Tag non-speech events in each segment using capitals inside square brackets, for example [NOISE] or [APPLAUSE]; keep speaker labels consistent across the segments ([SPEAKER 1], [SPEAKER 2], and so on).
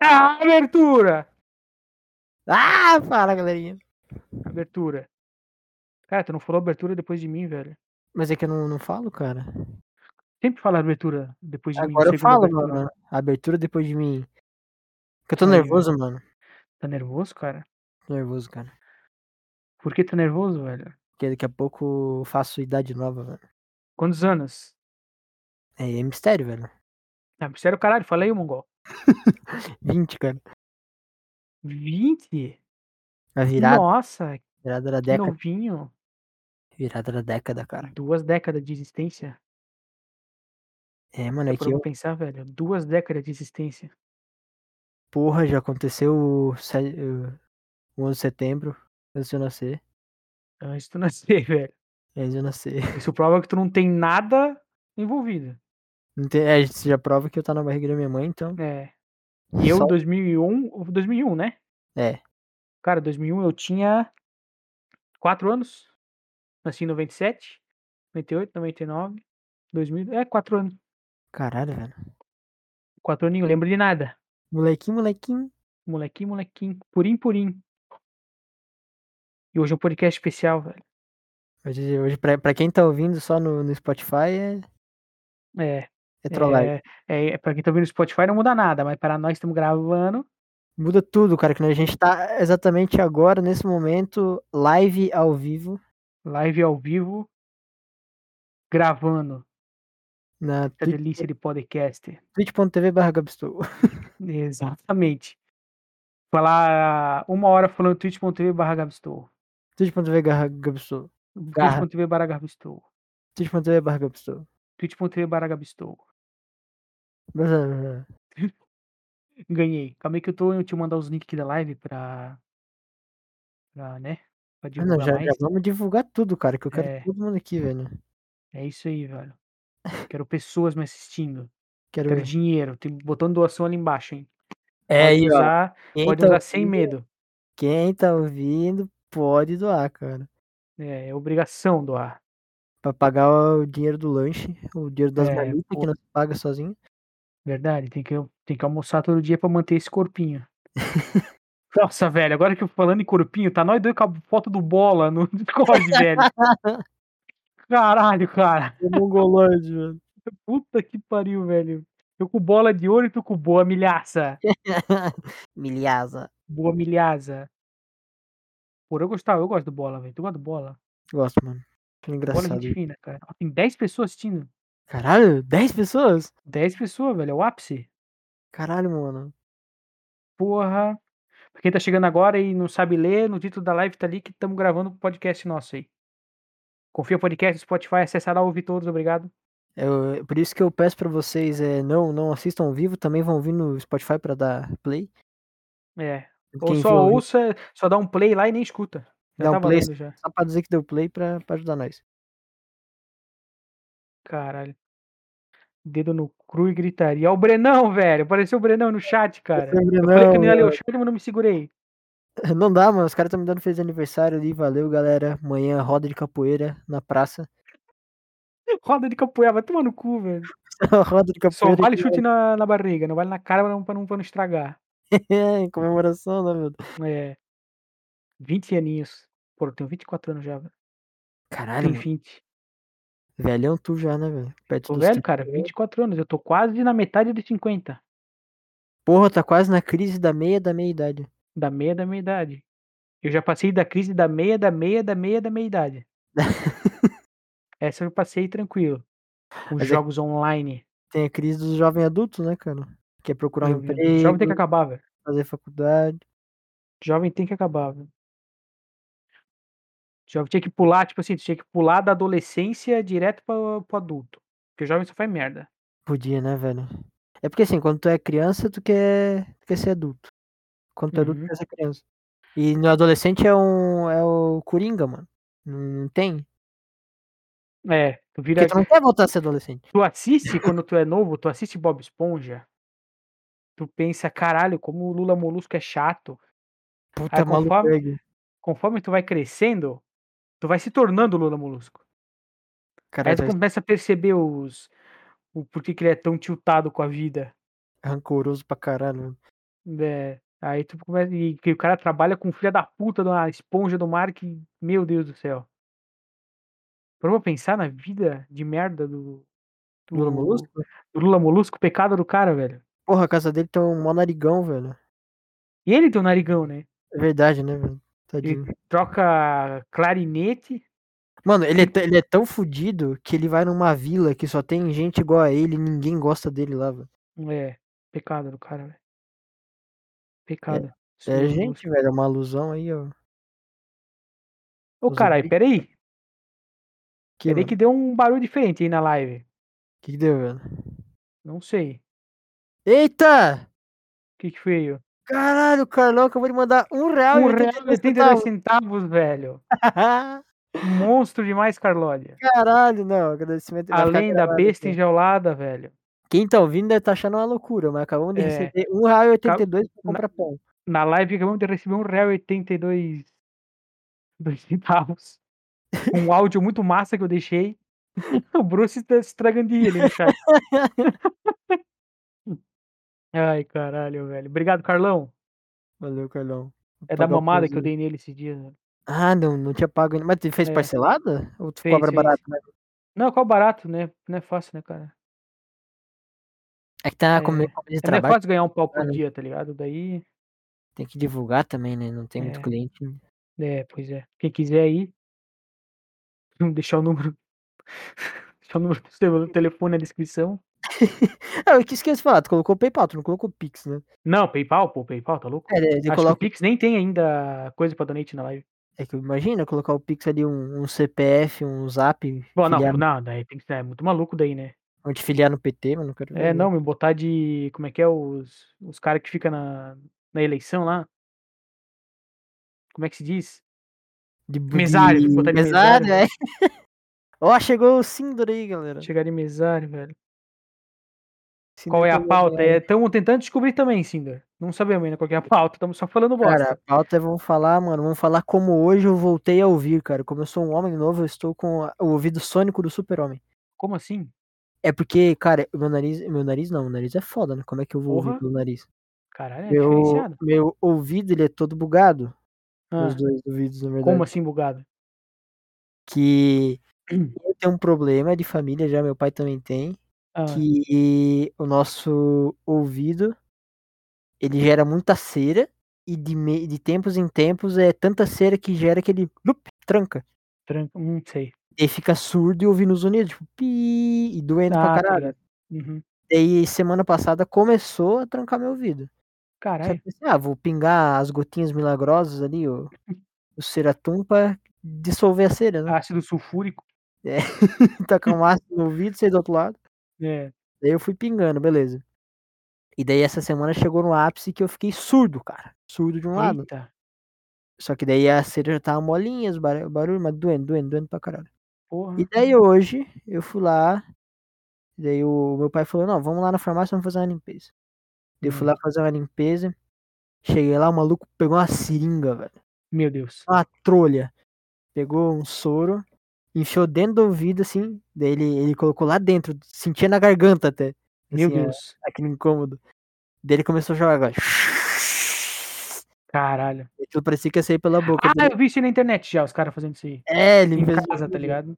[SPEAKER 1] É A abertura!
[SPEAKER 2] Ah, fala, galerinha.
[SPEAKER 1] Abertura. Cara, tu não falou abertura depois de mim, velho.
[SPEAKER 2] Mas é que eu não, não falo, cara.
[SPEAKER 1] Sempre fala abertura depois de mim.
[SPEAKER 2] Agora eu
[SPEAKER 1] segunda
[SPEAKER 2] falo,
[SPEAKER 1] abertura.
[SPEAKER 2] mano. Abertura depois de mim. Que eu tô
[SPEAKER 1] Aí,
[SPEAKER 2] nervoso, mano.
[SPEAKER 1] Tá nervoso, cara?
[SPEAKER 2] Tô nervoso, cara.
[SPEAKER 1] Por que tá nervoso, velho?
[SPEAKER 2] Porque daqui a pouco eu faço idade nova, velho.
[SPEAKER 1] Quantos anos?
[SPEAKER 2] É, é mistério, velho.
[SPEAKER 1] Ah, sério, caralho, fala aí, Mongol.
[SPEAKER 2] 20, cara.
[SPEAKER 1] 20?
[SPEAKER 2] A virada,
[SPEAKER 1] Nossa, que
[SPEAKER 2] virada da década.
[SPEAKER 1] novinho.
[SPEAKER 2] Virada da década, cara.
[SPEAKER 1] Duas décadas de existência.
[SPEAKER 2] É, mano,
[SPEAKER 1] É
[SPEAKER 2] é
[SPEAKER 1] pra
[SPEAKER 2] que eu,
[SPEAKER 1] pensar, velho. Duas décadas de existência.
[SPEAKER 2] porra, já aconteceu o, se- o 11 de setembro, antes de eu nascer. É,
[SPEAKER 1] Antes de tu [LAUGHS] nascer, velho.
[SPEAKER 2] Antes de eu nascer. [LAUGHS]
[SPEAKER 1] Isso prova que tu não tem nada envolvido.
[SPEAKER 2] Não tem- é, isso já prova que eu tá na barriga da minha mãe, então.
[SPEAKER 1] É. E eu,
[SPEAKER 2] Só-
[SPEAKER 1] 2001, o 2001, né?
[SPEAKER 2] É.
[SPEAKER 1] Cara, 2001 eu tinha 4 anos. Nasci em 97, 98, 99, 2000. É, 4 anos.
[SPEAKER 2] Caralho, velho.
[SPEAKER 1] 4 aninhos, lembro de nada.
[SPEAKER 2] Molequinho, molequinho.
[SPEAKER 1] Molequinho, molequinho. Purim, purim. E hoje é um podcast especial, velho.
[SPEAKER 2] Hoje, hoje pra, pra quem tá ouvindo só no, no Spotify, é,
[SPEAKER 1] É.
[SPEAKER 2] é trollagem.
[SPEAKER 1] É, é, é, pra quem tá ouvindo no Spotify não muda nada, mas para nós estamos gravando.
[SPEAKER 2] Muda tudo, cara, que a gente tá exatamente agora, nesse momento, live ao vivo,
[SPEAKER 1] Live ao vivo. Gravando.
[SPEAKER 2] na
[SPEAKER 1] Essa
[SPEAKER 2] twi-
[SPEAKER 1] delícia de podcast.
[SPEAKER 2] twitch.tv barra [LAUGHS] Gabstool.
[SPEAKER 1] Exatamente. Falar uma hora falando twitch.tv barra Gabstou.
[SPEAKER 2] twitch.tv barra Gabstool. Garra.
[SPEAKER 1] Twitch.tv barra Gabstou.
[SPEAKER 2] twitch.tv barra Gabstool.
[SPEAKER 1] Twitch.tv barra Gabstou.
[SPEAKER 2] Blá, blá, blá.
[SPEAKER 1] Ganhei. Calma aí que eu tô. Eu te mandar os links aqui da live pra. pra né? Pra
[SPEAKER 2] Ah, não,
[SPEAKER 1] divulgar
[SPEAKER 2] já, já
[SPEAKER 1] mais.
[SPEAKER 2] vamos divulgar tudo, cara, que eu quero
[SPEAKER 1] É.
[SPEAKER 2] todo mundo aqui, velho.
[SPEAKER 1] É isso aí, velho. Quero pessoas me assistindo.
[SPEAKER 2] Quero...
[SPEAKER 1] Quero dinheiro. Tem botão de doação ali embaixo, hein?
[SPEAKER 2] É
[SPEAKER 1] Pode
[SPEAKER 2] aí, ó.
[SPEAKER 1] usar,
[SPEAKER 2] Quem
[SPEAKER 1] pode
[SPEAKER 2] tá
[SPEAKER 1] usar sem
[SPEAKER 2] ouvindo-
[SPEAKER 1] medo.
[SPEAKER 2] Quem tá ouvindo, pode doar, cara.
[SPEAKER 1] É, é obrigação doar.
[SPEAKER 2] Pra pagar o dinheiro do lanche, o dinheiro das
[SPEAKER 1] É,
[SPEAKER 2] marmitas
[SPEAKER 1] pô.
[SPEAKER 2] que não se paga sozinho.
[SPEAKER 1] Verdade, tem que, tem que almoçar todo dia pra manter esse corpinho. Nossa, velho, agora que eu tô falando em corpinho, tá nós dois com a foto do bola no [LAUGHS] Discord, velho. Caralho, cara.
[SPEAKER 2] O mongolóide, velho.
[SPEAKER 1] Puta que pariu, velho. Eu com bola de ouro e tu com boa milhaça.
[SPEAKER 2] Milhaza.
[SPEAKER 1] Boa milhaça. Por eu gostava, eu gosto do bola, velho. Tu gosta do bola?
[SPEAKER 2] Gosto, mano. Acho
[SPEAKER 1] Bola é
[SPEAKER 2] engraçado.
[SPEAKER 1] gente fina, cara. Ó, Tem 10 pessoas assistindo.
[SPEAKER 2] Caralho, 10 pessoas?
[SPEAKER 1] 10 pessoas, velho. É o ápice.
[SPEAKER 2] Caralho, mano.
[SPEAKER 1] Porra. Pra quem tá chegando agora e não sabe ler, no título da live tá ali que estamos gravando um podcast nosso aí. Confia podcast, Spotify, acessa lá, ouve todos, obrigado.
[SPEAKER 2] Eu- por isso que eu peço pra vocês, é, não, não assistam ao vivo, também vão vir no Spotify pra dar play.
[SPEAKER 1] É. Ou
[SPEAKER 2] Quem
[SPEAKER 1] só
[SPEAKER 2] viu ao vivo,
[SPEAKER 1] ouça, só dá um play lá e nem escuta. Já
[SPEAKER 2] Dá um
[SPEAKER 1] tá
[SPEAKER 2] play.
[SPEAKER 1] valendo já.
[SPEAKER 2] só pra dizer que deu play pra, pra ajudar nós.
[SPEAKER 1] Caralho. Dedo no cru e gritaria. Ó, o Brenão, velho. Apareceu o Brenão no chat, cara.
[SPEAKER 2] Foi o
[SPEAKER 1] Eu falei que eu não ia ler
[SPEAKER 2] Brenão,
[SPEAKER 1] o chat, mas não me segurei.
[SPEAKER 2] Não dá, mano. Os caras estão me dando feliz aniversário ali. Valeu, galera. Amanhã, roda de capoeira na praça. [LAUGHS]
[SPEAKER 1] Roda de capoeira, vai tomar no cu, velho.
[SPEAKER 2] roda de
[SPEAKER 1] Só
[SPEAKER 2] capoeira
[SPEAKER 1] vale
[SPEAKER 2] que
[SPEAKER 1] chute na, na barriga, não vale na cara pra não, pra não, pra não estragar.
[SPEAKER 2] é [LAUGHS] em comemoração, né, meu?
[SPEAKER 1] É. 20 aninhos. Pô, eu tenho 24 anos já, velho.
[SPEAKER 2] Caralho,
[SPEAKER 1] Tem
[SPEAKER 2] mano.
[SPEAKER 1] 20.
[SPEAKER 2] Velhão tu já, né, velho? Perto
[SPEAKER 1] Tô
[SPEAKER 2] dos
[SPEAKER 1] velho,
[SPEAKER 2] 30.
[SPEAKER 1] cara, 24 anos. Eu tô quase na metade dos 50.
[SPEAKER 2] Porra, tá quase na crise da meia da meia idade.
[SPEAKER 1] Da meia da meia idade. Eu já passei da crise da meia, da meia, da meia, da meia
[SPEAKER 2] [LAUGHS]
[SPEAKER 1] idade. Essa eu passei tranquilo. Os
[SPEAKER 2] Mas é-
[SPEAKER 1] jogos online.
[SPEAKER 2] Tem a crise dos jovens adultos, né, cara? Quer procurar um
[SPEAKER 1] Jovem, adulto. é, jovem tem que
[SPEAKER 2] emprego,
[SPEAKER 1] acabar, velho.
[SPEAKER 2] fazer faculdade.
[SPEAKER 1] Jovem tem que acabar, velho. Jovem tinha que pular, tipo assim, tinha que pular da adolescência direto pra, pro adulto. Porque jovem só faz merda.
[SPEAKER 2] Podia, né, velho? É porque assim, quando tu é criança, tu quer, tu quer ser adulto. Quando tu é adulto, tu
[SPEAKER 1] Uhum.
[SPEAKER 2] quer ser criança. E no adolescente é um. é o Coringa, mano. Não, não tem.
[SPEAKER 1] É, tu vira.
[SPEAKER 2] Porque tu não quer voltar a ser adolescente.
[SPEAKER 1] Tu assiste quando tu é novo, tu assiste Bob Esponja. Tu pensa, caralho, como o Lula Molusco é chato.
[SPEAKER 2] Puta é
[SPEAKER 1] conforme-
[SPEAKER 2] maluco.
[SPEAKER 1] Conforme tu vai crescendo, tu vai se tornando o Lula Molusco. Aí
[SPEAKER 2] Caralho,
[SPEAKER 1] tu
[SPEAKER 2] tu é
[SPEAKER 1] começa a perceber os. O porquê que ele é tão tiltado com a vida.
[SPEAKER 2] rancoroso pra caralho. mano.
[SPEAKER 1] É, aí tu começa. E que o cara trabalha com filha da puta de uma esponja do mar que. Meu Deus do céu. Parou pra pensar na vida de merda do. Do
[SPEAKER 2] Lula Molusco?
[SPEAKER 1] do Lula Molusco, o pecado do cara, velho.
[SPEAKER 2] Porra, a casa dele tem um mó narigão, velho.
[SPEAKER 1] E ele tem um narigão, né?
[SPEAKER 2] É verdade, né, velho? Tadinho.
[SPEAKER 1] Troca clarinete.
[SPEAKER 2] Mano, ele é,
[SPEAKER 1] Hum.
[SPEAKER 2] t- ele é tão fudido que ele vai numa vila que só tem gente igual a ele e ninguém gosta dele lá, velho.
[SPEAKER 1] É, pecado do cara, velho. Pecado.
[SPEAKER 2] É gente, velho, é uma alusão aí, ó.
[SPEAKER 1] Ô, caralho, peraí.
[SPEAKER 2] Que,
[SPEAKER 1] Peraí
[SPEAKER 2] mano,
[SPEAKER 1] que deu um barulho diferente aí na live.
[SPEAKER 2] que que deu, velho?
[SPEAKER 1] Não sei.
[SPEAKER 2] Eita!
[SPEAKER 1] O que, que foi aí? ó?
[SPEAKER 2] Caralho, o Carlão acabou de mandar um real. e
[SPEAKER 1] Um real
[SPEAKER 2] 82
[SPEAKER 1] e 82 centavos, velho.
[SPEAKER 2] centavos.
[SPEAKER 1] Monstro demais, Carlódia.
[SPEAKER 2] [LAUGHS] Caralho, não, agradecimento. vai ficar
[SPEAKER 1] Além da
[SPEAKER 2] gravado
[SPEAKER 1] besta
[SPEAKER 2] aqui.
[SPEAKER 1] enjaulada, velho.
[SPEAKER 2] Quem tá ouvindo deve tá achando uma loucura, mas acabamos de
[SPEAKER 1] É.
[SPEAKER 2] receber R$1,82 pra comprar pão.
[SPEAKER 1] Na live acabamos de receber um real 82 dois [LAUGHS] centavos. Um áudio muito massa que eu deixei. [LAUGHS] O Bruce tá se estragando de rir ali no chat. [LAUGHS] Ai, caralho, velho. Obrigado, Carlão.
[SPEAKER 2] Valeu, Carlão. Vou
[SPEAKER 1] É da
[SPEAKER 2] pagar o
[SPEAKER 1] mamada que eu
[SPEAKER 2] pãozinho.
[SPEAKER 1] dei nele esses dias. velho.
[SPEAKER 2] Ah, não, não tinha pago ainda. Mas tu fez
[SPEAKER 1] É.
[SPEAKER 2] parcelada? Ou tu
[SPEAKER 1] Fez,
[SPEAKER 2] cobra
[SPEAKER 1] fez.
[SPEAKER 2] barato? né?
[SPEAKER 1] Não, qual barato, né? Não é fácil, né, cara?
[SPEAKER 2] É que tá
[SPEAKER 1] É.
[SPEAKER 2] como como de
[SPEAKER 1] É, não é
[SPEAKER 2] trabalho,
[SPEAKER 1] fácil ganhar um pau
[SPEAKER 2] Ah,
[SPEAKER 1] por
[SPEAKER 2] né?
[SPEAKER 1] dia, tá ligado? Daí,
[SPEAKER 2] tem que divulgar também, né? Não tem muito
[SPEAKER 1] É.
[SPEAKER 2] cliente. né?
[SPEAKER 1] é, pois é. Quem quiser aí, vamos deixar o número. [LAUGHS] deixar o número do seu telefone na descrição. É,
[SPEAKER 2] Ah, eu que esqueci de falar, tu colocou o PayPal, tu não colocou o Pix, né?
[SPEAKER 1] Não, PayPal, pô, PayPal, tá louco?
[SPEAKER 2] É, ele, ele
[SPEAKER 1] Acho que
[SPEAKER 2] coloca.
[SPEAKER 1] o Pix nem tem ainda coisa pra donate na live.
[SPEAKER 2] É que imagina colocar o Pix ali, um, um CPF, um Zap,
[SPEAKER 1] Bom, não,
[SPEAKER 2] filiar,
[SPEAKER 1] não, daí tem que ser é muito maluco daí, né?
[SPEAKER 2] onde filiar no PT, mas não quero ver.
[SPEAKER 1] É, não, me botar de. Como é que é? Os, os caras que ficam na, na eleição lá. Como é que se diz?
[SPEAKER 2] De, bu-
[SPEAKER 1] Mesário,
[SPEAKER 2] de-
[SPEAKER 1] botar de
[SPEAKER 2] mesário,
[SPEAKER 1] mesário,
[SPEAKER 2] é. [LAUGHS] Ó, chegou o Sindor aí, galera.
[SPEAKER 1] Chegar de mesário, velho.
[SPEAKER 2] Sindor
[SPEAKER 1] Qual é a
[SPEAKER 2] colonial.
[SPEAKER 1] pauta? Estamos tentando descobrir também, Cinder. Não sabemos ainda qual que é a [LAUGHS] pauta, estamos só falando bosta.
[SPEAKER 2] Cara, a pauta é, vamos falar, mano, vamos falar como hoje eu voltei a ouvir, cara. Como eu sou um homem novo, eu estou com a- o ouvido sônico do super-homem.
[SPEAKER 1] Como assim?
[SPEAKER 2] É porque, cara, o meu nariz, meu nariz não, o nariz é foda, né? Como é que eu vou
[SPEAKER 1] Porra.
[SPEAKER 2] ouvir pelo nariz?
[SPEAKER 1] Caralho, é
[SPEAKER 2] Meu,
[SPEAKER 1] diferenciado.
[SPEAKER 2] meu ouvido, ele é todo bugado.
[SPEAKER 1] Ah,
[SPEAKER 2] Os dois ouvidos, na verdade.
[SPEAKER 1] como assim bugado?
[SPEAKER 2] Que eu tenho um problema de família, já meu pai também tem,
[SPEAKER 1] Ah,
[SPEAKER 2] que o nosso ouvido, ele gera muita cera, e de, me- de tempos em tempos é tanta cera que gera aquele lup, tranca.
[SPEAKER 1] tranca. Não sei.
[SPEAKER 2] E fica surdo e ouvindo os unidos, tipo, pi, e doendo pra
[SPEAKER 1] Ah, tá
[SPEAKER 2] caralho.
[SPEAKER 1] ligado. Uhum.
[SPEAKER 2] Daí semana passada começou a trancar meu ouvido. Só
[SPEAKER 1] Caralho.
[SPEAKER 2] que pensei, ah, vou pingar as gotinhas milagrosas ali, o, o ceratum pra dissolver a cera, né? [LAUGHS]
[SPEAKER 1] Ácido sulfúrico.
[SPEAKER 2] Tacar um ácido no ouvido, sei do outro lado.
[SPEAKER 1] É.
[SPEAKER 2] Daí eu fui pingando, beleza. E daí essa semana chegou no ápice que eu fiquei surdo, cara. Surdo de um lado.
[SPEAKER 1] Eita.
[SPEAKER 2] Só que daí a cera já tava molinha, os bar- barulho, mas doendo, doendo, doendo pra caralho. E
[SPEAKER 1] Porra.
[SPEAKER 2] daí hoje, eu fui lá, daí o meu pai falou, não, vamos lá na farmácia, vamos fazer uma limpeza. Daí eu fui
[SPEAKER 1] Hum.
[SPEAKER 2] lá fazer uma limpeza, cheguei lá, o maluco pegou uma seringa, velho.
[SPEAKER 1] Meu Deus.
[SPEAKER 2] uma trolha. Pegou um soro, enfiou dentro do ouvido, assim. Daí ele, ele colocou lá dentro, sentia na garganta até.
[SPEAKER 1] Meu
[SPEAKER 2] assim, a-
[SPEAKER 1] Deus.
[SPEAKER 2] aquele incômodo. Daí ele começou a jogar agora.
[SPEAKER 1] Caralho.
[SPEAKER 2] Aquilo parecia que ia sair pela boca.
[SPEAKER 1] Ah,
[SPEAKER 2] Daí-
[SPEAKER 1] eu vi isso na internet já, os caras fazendo isso aí.
[SPEAKER 2] É, ele
[SPEAKER 1] Em
[SPEAKER 2] fez.
[SPEAKER 1] casa, tá ligado?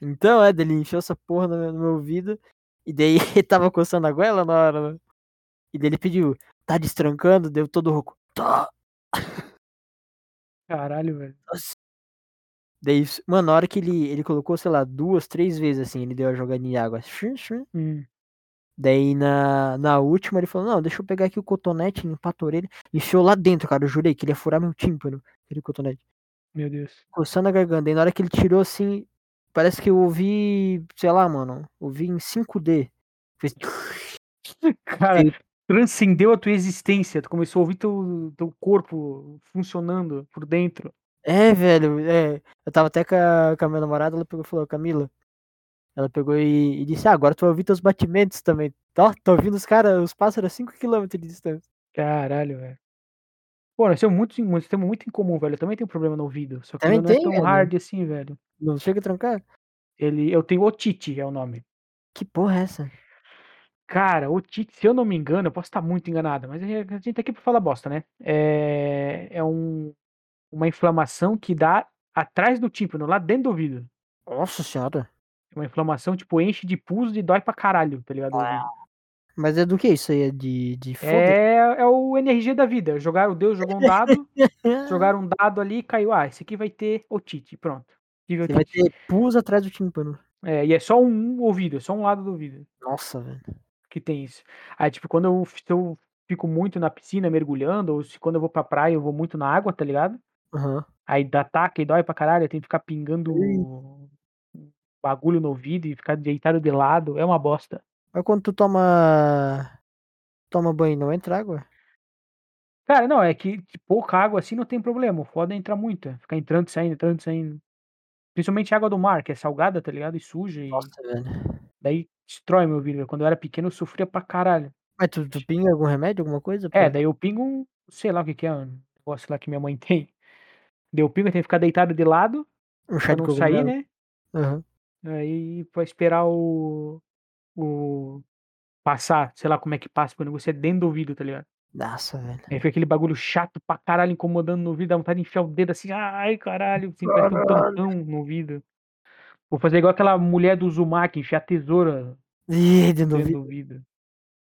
[SPEAKER 2] Então, é, daí ele encheu essa porra no meu, no meu ouvido. E daí [LAUGHS] ele tava coçando a goela na hora, né? E daí ele pediu, tá destrancando? Deu todo rouco. Tá.
[SPEAKER 1] Caralho, velho.
[SPEAKER 2] Daí, mano, na hora que ele, ele colocou, sei lá, duas, três vezes assim, ele deu a jogadinha de água. Shum, shum.
[SPEAKER 1] Hum.
[SPEAKER 2] Daí na, na última ele falou: Não, deixa eu pegar aqui o cotonete, limpar a tua orelha. Enfiou lá dentro, cara. Eu jurei que ele ia furar meu tímpano. Aquele cotonete.
[SPEAKER 1] Meu Deus. [LAUGHS]
[SPEAKER 2] Coçando a garganta. Daí na hora que ele tirou assim, parece que eu ouvi, sei lá, mano. Ouvi em 5D. Fez. [LAUGHS]
[SPEAKER 1] Cara,
[SPEAKER 2] Veio-
[SPEAKER 1] transcendeu a tua existência. Tu começou a ouvir teu, teu corpo funcionando por dentro.
[SPEAKER 2] É, velho. É. Eu tava até com a, com a minha namorada, ela pegou e falou: Camila. Ela pegou e, e disse: Ah, agora tu vai ouvir teus batimentos também. Ó, tô ouvindo os caras, os pássaros a 5km de distância.
[SPEAKER 1] Caralho, velho. Pô, nós temos muito, em- nós temos muito em comum, velho. Eu também tenho problema no ouvido. Só que o
[SPEAKER 2] Também
[SPEAKER 1] meu não é
[SPEAKER 2] tem,
[SPEAKER 1] tão
[SPEAKER 2] velho.
[SPEAKER 1] hard assim, velho.
[SPEAKER 2] Não chega a trancar?
[SPEAKER 1] Ele, eu tenho otite, é o nome.
[SPEAKER 2] Que porra é essa?
[SPEAKER 1] Cara, o Tite, se eu não me engano, eu posso estar muito enganado, mas a gente tá aqui pra falar bosta, né? É, é um, uma inflamação que dá atrás do tímpano, lá dentro do ouvido.
[SPEAKER 2] Nossa senhora.
[SPEAKER 1] É uma inflamação, tipo, enche de pus e dói pra caralho, tá ligado?
[SPEAKER 2] Mas é do que isso aí? É de, de foda?
[SPEAKER 1] É, é o energia da vida. Jogaram, Deus jogou um dado,
[SPEAKER 2] Ah,
[SPEAKER 1] jogaram um dado ali e caiu. Ah, esse aqui vai ter otite, pronto. Tive
[SPEAKER 2] Você
[SPEAKER 1] otite.
[SPEAKER 2] vai ter pus atrás do tímpano.
[SPEAKER 1] É, e é só um ouvido, é só um lado do ouvido
[SPEAKER 2] Nossa, velho.
[SPEAKER 1] que tem isso. Aí, tipo, quando eu, se eu fico muito na piscina mergulhando, ou se quando eu vou pra praia eu vou muito na água, tá ligado?
[SPEAKER 2] Aham.
[SPEAKER 1] Aí dá ataque e dói pra caralho, eu tenho que ficar pingando bagulho no ouvido e ficar deitado de lado, é uma bosta.
[SPEAKER 2] Mas quando tu toma. Toma banho, não entra água?
[SPEAKER 1] Cara, não, é que de pouca água assim não tem problema, o foda é entrar muita, ficar entrando e saindo, entrando e saindo. Principalmente água do mar, que é salgada, tá ligado? E suja, e
[SPEAKER 2] Nossa, velho.
[SPEAKER 1] daí destrói meu ouvido. Quando eu era pequeno eu sofria pra caralho.
[SPEAKER 2] Mas tu, tu pinga algum remédio, alguma coisa?
[SPEAKER 1] É,
[SPEAKER 2] pô?
[SPEAKER 1] daí eu pingo um, sei lá o que que é, um negócio lá que minha mãe [LAUGHS] tem. Daí eu pingo, eu tenho que ficar deitado de lado,
[SPEAKER 2] Um chá
[SPEAKER 1] pra
[SPEAKER 2] de
[SPEAKER 1] não sair,
[SPEAKER 2] cogumelo.
[SPEAKER 1] né?
[SPEAKER 2] Aham.
[SPEAKER 1] Aí né, pra esperar o. o. passar, sei lá como é que passa, porque o negócio é dentro do ouvido, tá ligado?
[SPEAKER 2] Nossa, velho.
[SPEAKER 1] Aí fica aquele bagulho chato pra caralho incomodando no ouvido, dá vontade de enfiar o dedo assim, ai caralho, assim, parece um
[SPEAKER 2] Caralho.
[SPEAKER 1] tampão no ouvido. Vou fazer igual aquela mulher do Uzumaki, enfiar tesoura
[SPEAKER 2] Ih, de
[SPEAKER 1] dentro
[SPEAKER 2] novo.
[SPEAKER 1] do ouvido.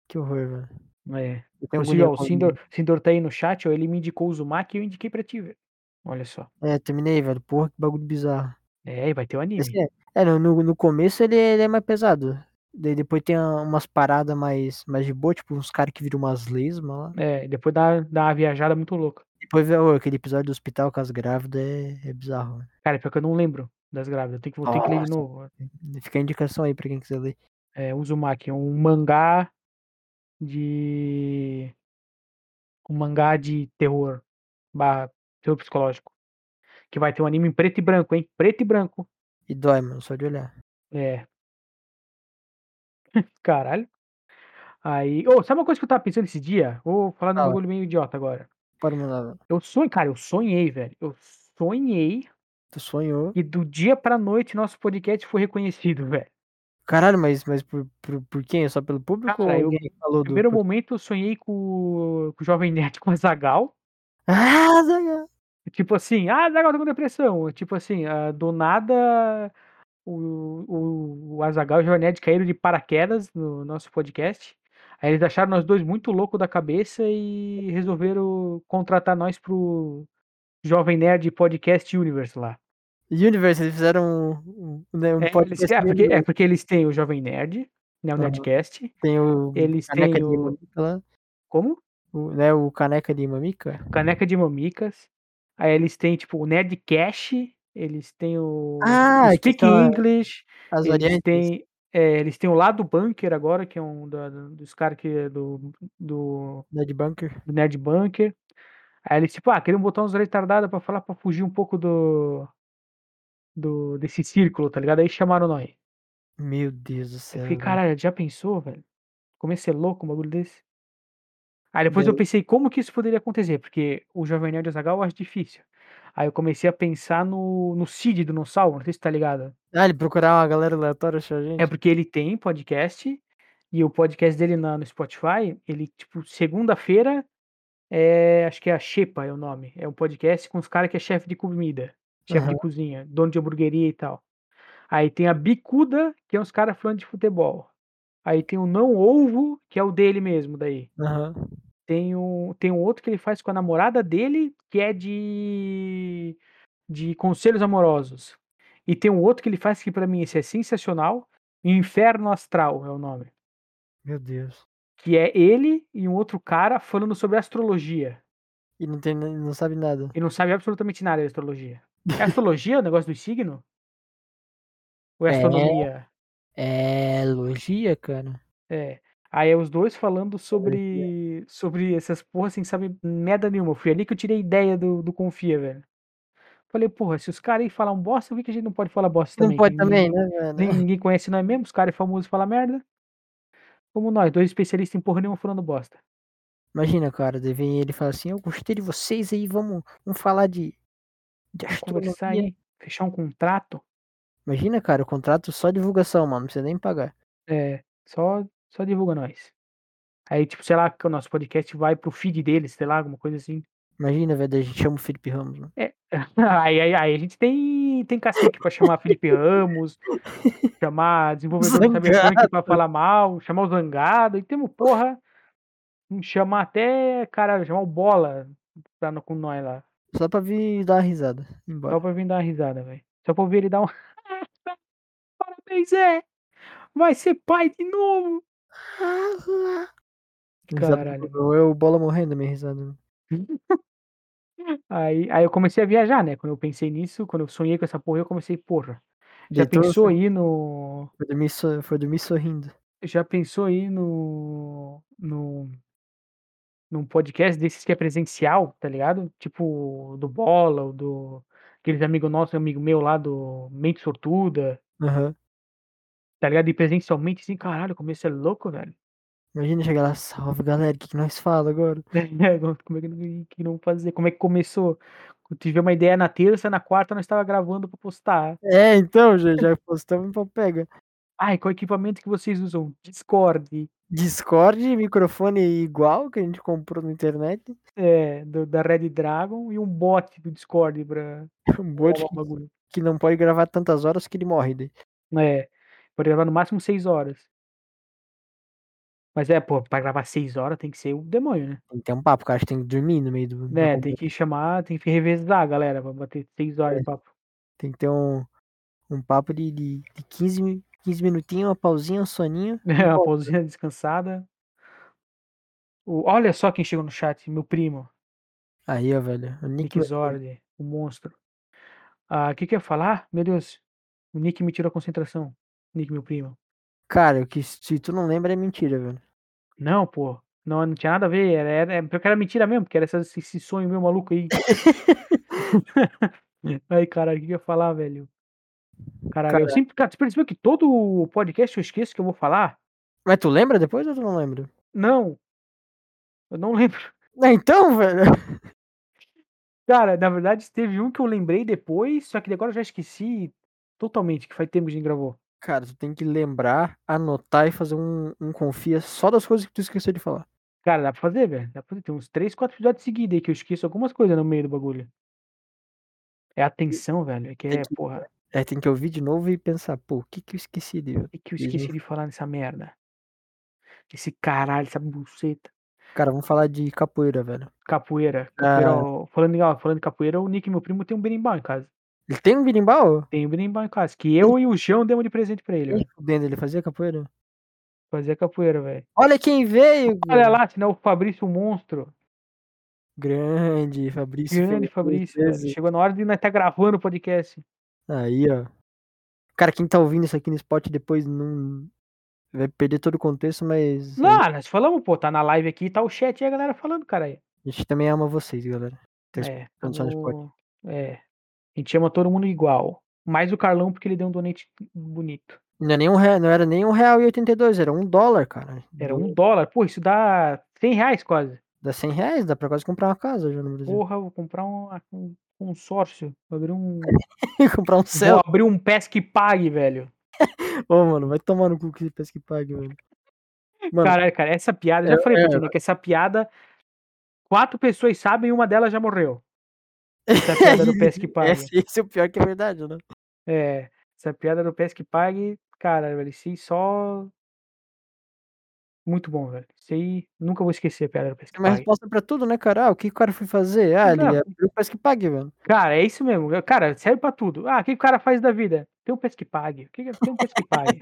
[SPEAKER 2] Que horror, velho.
[SPEAKER 1] É.
[SPEAKER 2] Eu tenho
[SPEAKER 1] Inclusive, ó, o
[SPEAKER 2] agonia com
[SPEAKER 1] Sindor, Sindor tá aí no chat, ó, ele me indicou o Uzumaki e eu indiquei pra ti, velho. Olha só.
[SPEAKER 2] É, terminei, velho. Porra, que bagulho bizarro.
[SPEAKER 1] É, e vai ter o anime.
[SPEAKER 2] Esse é, é, no, no, no começo ele, ele é mais pesado. Daí depois tem a- umas paradas mais, mais de boa, tipo uns caras que viram umas lesmas lá.
[SPEAKER 1] É, depois dá, dá uma viajada muito louca.
[SPEAKER 2] Depois vê, é, ô, aquele episódio do hospital com as grávidas é, é bizarro. né?
[SPEAKER 1] Cara, pior que eu não lembro das grávidas. Eu tenho que, vou ter que ler de
[SPEAKER 2] Nossa.
[SPEAKER 1] novo.
[SPEAKER 2] né? Fica a indicação aí pra quem quiser ler.
[SPEAKER 1] É, Uzumaki, é um mangá de. Um mangá de terror. Barra terror psicológico. Que vai ter um anime em preto e branco, hein? Preto e branco.
[SPEAKER 2] E dói, mano, só de olhar.
[SPEAKER 1] É. [LAUGHS] Caralho. Aí. Ô, sabe uma coisa que eu tava pensando esse dia? Vou falar num
[SPEAKER 2] Fala.
[SPEAKER 1] bagulho meio idiota agora.
[SPEAKER 2] Pode mandar, velho.
[SPEAKER 1] Eu sonhei, cara, eu sonhei, velho. Eu sonhei
[SPEAKER 2] Tu sonhou.
[SPEAKER 1] e do dia pra noite nosso podcast foi reconhecido, [LAUGHS] velho.
[SPEAKER 2] Caralho, mas, mas por, por, por quem? É Só pelo público
[SPEAKER 1] Cara,
[SPEAKER 2] ou
[SPEAKER 1] eu-
[SPEAKER 2] alguém falou
[SPEAKER 1] No
[SPEAKER 2] do.
[SPEAKER 1] primeiro momento eu sonhei com, o- com o Jovem Nerd com a Zagal.
[SPEAKER 2] Ah, Zaga!
[SPEAKER 1] Tipo assim, ah, Zagal tá com depressão. Tipo assim, ah, do nada o, o, o Azagal e o Jovem Nerd caíram de paraquedas no nosso podcast. Aí eles acharam nós dois muito louco da cabeça e resolveram contratar nós pro Jovem Nerd Podcast Universe lá.
[SPEAKER 2] Universe, eles fizeram um, um, né, um
[SPEAKER 1] É, eles,
[SPEAKER 2] podcast.
[SPEAKER 1] é, porque, é
[SPEAKER 2] Universe.
[SPEAKER 1] porque eles têm o Jovem Nerd, né, o
[SPEAKER 2] Aham.
[SPEAKER 1] Nerdcast.
[SPEAKER 2] Tem o
[SPEAKER 1] Eles
[SPEAKER 2] Caneca
[SPEAKER 1] têm
[SPEAKER 2] de
[SPEAKER 1] o.
[SPEAKER 2] Mamica lá.
[SPEAKER 1] Como?
[SPEAKER 2] O, né, o Caneca de Mamica.
[SPEAKER 1] Caneca de Mamicas. Aí eles têm, tipo, o Nerd Cash, eles têm o,
[SPEAKER 2] Ah,
[SPEAKER 1] o
[SPEAKER 2] que
[SPEAKER 1] Speak
[SPEAKER 2] são
[SPEAKER 1] English,
[SPEAKER 2] as
[SPEAKER 1] eles
[SPEAKER 2] variantes.
[SPEAKER 1] têm, é, eles têm o Lado Bunker agora, que é um da- da- dos caras que é do, do,
[SPEAKER 2] Ned Bunker.
[SPEAKER 1] do Nerd Bunker. Aí eles, tipo, ah, queriam botar uns retardados pra falar, pra fugir um pouco do, do desse círculo, tá ligado? Aí chamaram nós.
[SPEAKER 2] Meu Deus do
[SPEAKER 1] Eu
[SPEAKER 2] céu.
[SPEAKER 1] fiquei,
[SPEAKER 2] velho.
[SPEAKER 1] caralho, já pensou, velho? Comecei louco um bagulho desse. Aí depois eu
[SPEAKER 2] Daí-
[SPEAKER 1] pensei como que isso poderia acontecer, porque o Jovem Nerd e o Azaghal eu acho difícil. Aí eu comecei a pensar no, no Cid Dinossauro, não sei se tá ligado.
[SPEAKER 2] Ah, ele procurar uma galera aleatória, achou a
[SPEAKER 1] É
[SPEAKER 2] gente.
[SPEAKER 1] porque ele tem podcast, e o podcast dele na, no Spotify, ele, tipo, segunda-feira, é, acho que é a Xepa é o nome. É um podcast com os caras que é chefe de comida, chefe de
[SPEAKER 2] Aham.
[SPEAKER 1] cozinha, dono de hamburgueria e tal. Aí tem a Bicuda, que é uns caras falando de futebol. Aí tem o Não Ovo, que é o dele mesmo, daí.
[SPEAKER 2] Aham.
[SPEAKER 1] Tem um, tem um outro que ele faz com a namorada dele, que é de, de conselhos amorosos. E tem um outro que ele faz que pra mim esse é sensacional, Inferno Astral é o nome,
[SPEAKER 2] Meu Deus.
[SPEAKER 1] que é ele e um outro cara falando sobre astrologia.
[SPEAKER 2] E não, tem, não sabe nada.
[SPEAKER 1] E não sabe absolutamente nada de astrologia. É astrologia o negócio do signo? Ou é
[SPEAKER 2] É.
[SPEAKER 1] astronomia?
[SPEAKER 2] É logia, cara.
[SPEAKER 1] É. Aí é os dois falando sobre sobre essas porras sem saber merda nenhuma. Foi ali que eu tirei a ideia do, do Confia, velho. Falei, porra, se os caras aí falam bosta, por que que a gente não pode falar bosta
[SPEAKER 2] Não
[SPEAKER 1] também? Que
[SPEAKER 2] pode
[SPEAKER 1] ninguém,
[SPEAKER 2] também, né, velho?
[SPEAKER 1] nem- ninguém conhece nós mesmo, os é caras famosos falam merda. Como nós, dois especialistas em porra nenhuma falando bosta.
[SPEAKER 2] Imagina, cara, daí vem ele e fala assim, eu gostei de vocês aí, vamos, vamos falar de, de
[SPEAKER 1] Vamos conversar
[SPEAKER 2] astronomia.
[SPEAKER 1] aí, fechar um contrato.
[SPEAKER 2] Imagina, cara, o contrato só divulgação, mano, não precisa nem pagar.
[SPEAKER 1] É, só, Só divulga nós. Aí, tipo, sei lá, que o nosso podcast vai pro feed deles, sei lá, alguma coisa assim.
[SPEAKER 2] Imagina, velho, a gente chama o Felipe Ramos. Né?
[SPEAKER 1] Aí, aí, aí a gente tem, tem cacique pra chamar Felipe Ramos, chamar desenvolvedor da
[SPEAKER 2] Zangado.
[SPEAKER 1] Cyberpunk pra falar mal, chamar o Zangado, e temos, porra, chamar até, cara, chamar o Bola tá no, com nós lá.
[SPEAKER 2] Só pra vir dar uma risada. Embora.
[SPEAKER 1] Só pra vir dar uma risada, velho. Só pra ouvir ele dar um. [LAUGHS] Parabéns, é! Vai ser pai de novo!
[SPEAKER 2] Ah, Risada
[SPEAKER 1] Ah, Caralho.
[SPEAKER 2] do- Eu, bola morrendo, a minha risada. né?
[SPEAKER 1] Aí, aí eu comecei a viajar, né? Quando eu pensei nisso, quando eu sonhei com essa porra, eu comecei, porra. Já
[SPEAKER 2] Deitou,
[SPEAKER 1] pensou
[SPEAKER 2] foi-
[SPEAKER 1] aí no.
[SPEAKER 2] Foi dormir, so- foi dormir sorrindo.
[SPEAKER 1] Já pensou aí no. no num podcast desses que é presencial, tá ligado? Tipo, do Bola, ou do. Aqueles amigos nossos, amigo meu lá do Mente Sortuda,
[SPEAKER 2] Aham.
[SPEAKER 1] tá ligado? E presencialmente, assim, caralho, como isso é louco, velho. [LAUGHS]
[SPEAKER 2] Imagina chegar lá, salve galera, o que, que nós fala agora?
[SPEAKER 1] É, agora, como é que, não- que não fazer? Como é que começou? Eu tive uma ideia na terça, na quarta nós estava gravando para postar.
[SPEAKER 2] É, então, já, já postamos pra pega.
[SPEAKER 1] Ai, qual equipamento que vocês usam? Discord,
[SPEAKER 2] Discord, microfone igual que a gente comprou na internet. [LAUGHS]
[SPEAKER 1] é, do- da Red Dragon e um bot do Discord para
[SPEAKER 2] Um bot
[SPEAKER 1] o bagulho.
[SPEAKER 2] que não pode gravar tantas horas que ele morre. daí.
[SPEAKER 1] É, pode gravar no máximo seis horas. Mas é, pô, para gravar seis horas tem que ser o demônio, né?
[SPEAKER 2] Tem que ter um papo, o cara tem que dormir no meio do. da
[SPEAKER 1] Né, tem
[SPEAKER 2] conversa.
[SPEAKER 1] que chamar, tem que revezar a galera para bater seis horas
[SPEAKER 2] É.
[SPEAKER 1] de papo.
[SPEAKER 2] Tem que ter um, um papo de, de, de 15, mi- 15 minutinhos, uma pausinha, um soninho.
[SPEAKER 1] [LAUGHS]
[SPEAKER 2] e
[SPEAKER 1] Uma
[SPEAKER 2] volta.
[SPEAKER 1] pausinha descansada. O- olha só quem chegou no chat, meu primo.
[SPEAKER 2] Aí, ó, velho. O Nick
[SPEAKER 1] Nick Zord, o monstro. Ah, o que que eu ia falar? Meu Deus, o Nick me tirou a concentração. Nick, meu primo.
[SPEAKER 2] Cara, o que se tu não lembra é mentira, velho.
[SPEAKER 1] Não, pô, não, não tinha nada a ver, era, era, era- pior que era mentira mesmo, porque era essa- esse, esse sonho meu maluco aí. Aí, cara, o que que eu ia falar, velho? Caralho, eu
[SPEAKER 2] Cara.
[SPEAKER 1] sempre, cara, você percebeu que todo o podcast eu esqueço que eu vou falar?
[SPEAKER 2] Mas tu lembra depois ou tu não lembra? [LAUGHS]
[SPEAKER 1] Não, eu não [LAUGHS] lembro.
[SPEAKER 2] Ah, então, velho.
[SPEAKER 1] Cara, na verdade, teve um que eu lembrei depois, só que agora eu já esqueci totalmente, que faz tempo que a gente gravou.
[SPEAKER 2] Cara, tu tem que lembrar, anotar e fazer um, um confia só das coisas que tu esqueceu de falar.
[SPEAKER 1] Cara, dá pra fazer, velho. Dá pra fazer. Tem uns 3, 4 episódios seguidos aí que eu esqueço algumas coisas no meio do bagulho. É atenção, velho. É que
[SPEAKER 2] tem
[SPEAKER 1] é,
[SPEAKER 2] que-
[SPEAKER 1] porra,
[SPEAKER 2] Aí tem que ouvir de novo e pensar, pô, o que que eu esqueci de
[SPEAKER 1] o É que, que eu
[SPEAKER 2] Eles não
[SPEAKER 1] esqueci de falar nessa merda? Esse caralho, essa buceta.
[SPEAKER 2] Cara, vamos falar de capoeira, velho.
[SPEAKER 1] Capoeira. capoeira
[SPEAKER 2] Ah.
[SPEAKER 1] ó, falando, em- ó, falando em capoeira, o Nick, meu primo, tem um berimbau em casa.
[SPEAKER 2] Ele tem um birimbau?
[SPEAKER 1] Tem um berimbau em casa. Que eu e o João demos de presente pra ele,
[SPEAKER 2] Nem
[SPEAKER 1] velho.
[SPEAKER 2] fudendo, ele fazia capoeira?
[SPEAKER 1] Fazer capoeira, velho.
[SPEAKER 2] Olha quem veio!
[SPEAKER 1] Olha lá, senão o Fabrício, o monstro.
[SPEAKER 2] Grande, Fabrício.
[SPEAKER 1] Grande Fabrício. velho.
[SPEAKER 2] Fernandes.
[SPEAKER 1] Chegou na hora de nós estar gravando o podcast.
[SPEAKER 2] Aí, ó. Cara, quem tá ouvindo isso aqui no spot depois não. Vai perder todo o contexto, mas.
[SPEAKER 1] Lá, nós falamos, pô, tá na live aqui, tá o chat e a galera falando, caralho.
[SPEAKER 2] A gente também ama vocês, galera.
[SPEAKER 1] É,
[SPEAKER 2] Tá escutando Tá só no Spotify.
[SPEAKER 1] o- é. A gente chama todo mundo igual. Mais o Carlão, porque ele deu um donate bonito.
[SPEAKER 2] Não, é nem um rea- não era nem um real e 82, era um dólar, cara.
[SPEAKER 1] Era
[SPEAKER 2] Do-
[SPEAKER 1] um dólar. Pô, isso dá 100 reais quase.
[SPEAKER 2] Dá 100 reais, dá pra quase comprar uma casa já no Brasil.
[SPEAKER 1] Porra, vou comprar um, um consórcio. Vou abrir um,
[SPEAKER 2] [LAUGHS] comprar um
[SPEAKER 1] vou
[SPEAKER 2] céu.
[SPEAKER 1] abrir um PES que pague, velho.
[SPEAKER 2] Ô, mano, vai tomar no cu que pensa que pague, mano. Mano,
[SPEAKER 1] Caralho, cara, essa piada. Eu já
[SPEAKER 2] É,
[SPEAKER 1] falei pra
[SPEAKER 2] é.
[SPEAKER 1] ti, né? Que essa piada. Quatro pessoas sabem e uma delas já morreu.
[SPEAKER 2] [LAUGHS]
[SPEAKER 1] Essa piada do PES que pague.
[SPEAKER 2] esse, esse é o pior que é verdade, né?
[SPEAKER 1] É, essa piada do PS que pague, cara, velho, isso aí só. Muito bom, velho. Isso aí, nunca vou esquecer a piada do PS
[SPEAKER 2] É
[SPEAKER 1] que
[SPEAKER 2] uma
[SPEAKER 1] pague.
[SPEAKER 2] resposta pra tudo, né, cara? Ah, o que o cara foi fazer? Ah, ele
[SPEAKER 1] Não.
[SPEAKER 2] abriu o PES que pague, mano. [LAUGHS]
[SPEAKER 1] Cara, é isso mesmo. Cara, serve pra tudo. Ah, o que o cara faz da vida? Tem um PS que pague. O que que é- Tem um PS que pague.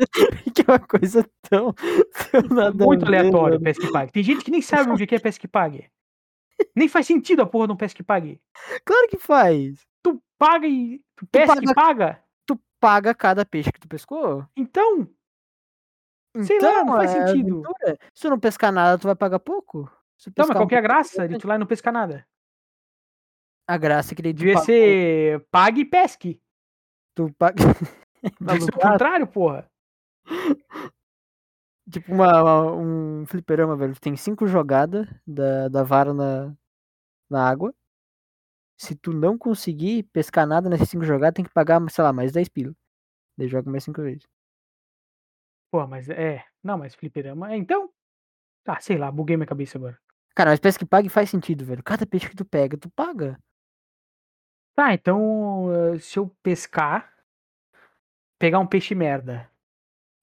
[SPEAKER 2] Que é uma coisa tão. tão [LAUGHS] nada a
[SPEAKER 1] Muito
[SPEAKER 2] ver,
[SPEAKER 1] aleatório o
[SPEAKER 2] mano.
[SPEAKER 1] PS que pague. Tem gente que nem sabe o que que é PS que pague. Nem faz sentido a porra de um PS que pague.
[SPEAKER 2] Claro que faz.
[SPEAKER 1] Tu paga e. Tu PS que
[SPEAKER 2] paga-
[SPEAKER 1] paga?
[SPEAKER 2] Tu paga cada peixe que tu pescou?
[SPEAKER 1] Então, Sei lá,
[SPEAKER 2] então,
[SPEAKER 1] não faz
[SPEAKER 2] é
[SPEAKER 1] sentido.
[SPEAKER 2] aventura. Se tu não pescar nada, tu vai pagar pouco? Se tu
[SPEAKER 1] então, mas
[SPEAKER 2] pescar um
[SPEAKER 1] qual que é a
[SPEAKER 2] muito, tu
[SPEAKER 1] graça
[SPEAKER 2] paga
[SPEAKER 1] de
[SPEAKER 2] bastante.
[SPEAKER 1] tu ir lá e não pescar nada?
[SPEAKER 2] A graça é que daí tu
[SPEAKER 1] Devia
[SPEAKER 2] paga-
[SPEAKER 1] ser pague e pesque.
[SPEAKER 2] Tu paga... [LAUGHS]
[SPEAKER 1] Devia ser o
[SPEAKER 2] Tá Alugado.
[SPEAKER 1] contrário, porra.
[SPEAKER 2] Tipo uma, uma- um fliperama, velho. Tem cinco jogadas da, da vara na, na água. Se tu não conseguir pescar nada nessas cinco jogadas, tem que pagar, sei lá, mais 10 pila. Daí joga mais cinco vezes.
[SPEAKER 1] Pô, mas é. Não, mas fliperama. É, então. Ah, sei lá, buguei minha cabeça agora.
[SPEAKER 2] Cara, mas parece que paga e faz sentido, velho. Cada peixe que tu pega, tu paga.
[SPEAKER 1] Tá, então eh, se eu pescar, pegar um peixe merda,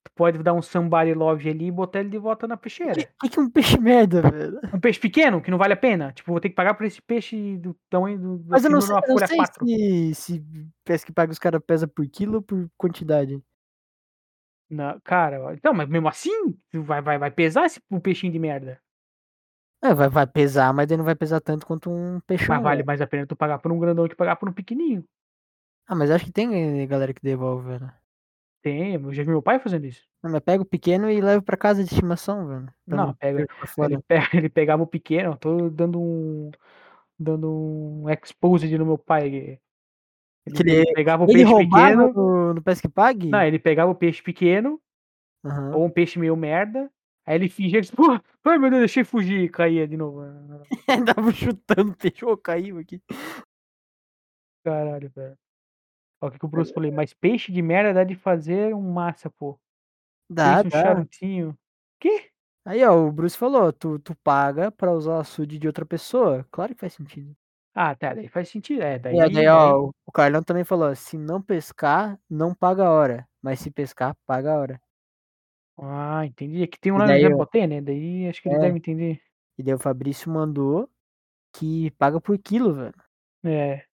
[SPEAKER 1] tu pode dar um somebody love ali e botar ele de volta na
[SPEAKER 2] O que,
[SPEAKER 1] peixeira.
[SPEAKER 2] que que é um peixe [LAUGHS] merda, velho?
[SPEAKER 1] Um peixe pequeno, que não vale a pena. Tipo, vou ter que pagar por esse peixe do tamanho do. do
[SPEAKER 2] Mas eu não
[SPEAKER 1] filme
[SPEAKER 2] sei,
[SPEAKER 1] numa
[SPEAKER 2] eu não
[SPEAKER 1] folha
[SPEAKER 2] sei
[SPEAKER 1] quatro.
[SPEAKER 2] se, se parece que paga os caras pesa por quilo ou por quantidade.
[SPEAKER 1] Na- cara, ó, então, mas mesmo assim, tu vai, vai, vai pesar esse o peixinho de merda.
[SPEAKER 2] É, vai, vai pesar, mas daí não vai pesar tanto quanto um peixão.
[SPEAKER 1] Mas vale
[SPEAKER 2] velho.
[SPEAKER 1] mais a pena tu pagar por um grandão que pagar por um pequenininho.
[SPEAKER 2] Ah, mas acho que tem eh, galera que devolve, velho.
[SPEAKER 1] Tem, eu já vi meu pai fazendo isso.
[SPEAKER 2] Não, mas pega o pequeno e leva pra casa de estimação, velho. pra
[SPEAKER 1] Não, pega-
[SPEAKER 2] jogar fora.
[SPEAKER 1] Ele, pe- [LAUGHS] ele pegava o pequeno, eu tô dando um. dando um exposed no meu pai. Ele,
[SPEAKER 2] Que ele- é
[SPEAKER 1] pegava o
[SPEAKER 2] Ele
[SPEAKER 1] peixe
[SPEAKER 2] roubava
[SPEAKER 1] pequeno.
[SPEAKER 2] no, no Pesca e Pague?
[SPEAKER 1] Não, ele pegava o peixe pequeno,
[SPEAKER 2] Aham.
[SPEAKER 1] ou um peixe meio merda. Aí ele fingia que, [LAUGHS] pô, ai meu Deus, deixei fugir e caía de novo.
[SPEAKER 2] [LAUGHS] Tava chutando o peixe, ô, caiu aqui.
[SPEAKER 1] Caralho, velho. Olha o
[SPEAKER 2] Tá
[SPEAKER 1] que que o Bruce falou, mas peixe de merda dá de fazer um massa, pô.
[SPEAKER 2] Dá,
[SPEAKER 1] Pense um
[SPEAKER 2] dá.
[SPEAKER 1] charutinho. Que?
[SPEAKER 2] Aí, ó, o Bruce falou, tu, tu paga pra usar o açude de outra pessoa. Claro que faz sentido.
[SPEAKER 1] Ah, tá, daí faz sentido. É, daí.
[SPEAKER 2] É, daí,
[SPEAKER 1] daí-
[SPEAKER 2] ó, o Carlão também falou, se não pescar, não paga a hora. Mas se pescar, paga a hora.
[SPEAKER 1] Ah, entendi. É que tem um
[SPEAKER 2] E
[SPEAKER 1] lá no
[SPEAKER 2] daí, ó,
[SPEAKER 1] Jabotê, né? Daí acho que eles
[SPEAKER 2] é.
[SPEAKER 1] devem entender.
[SPEAKER 2] E daí o Fabrício mandou que paga por quilo, velho.
[SPEAKER 1] É.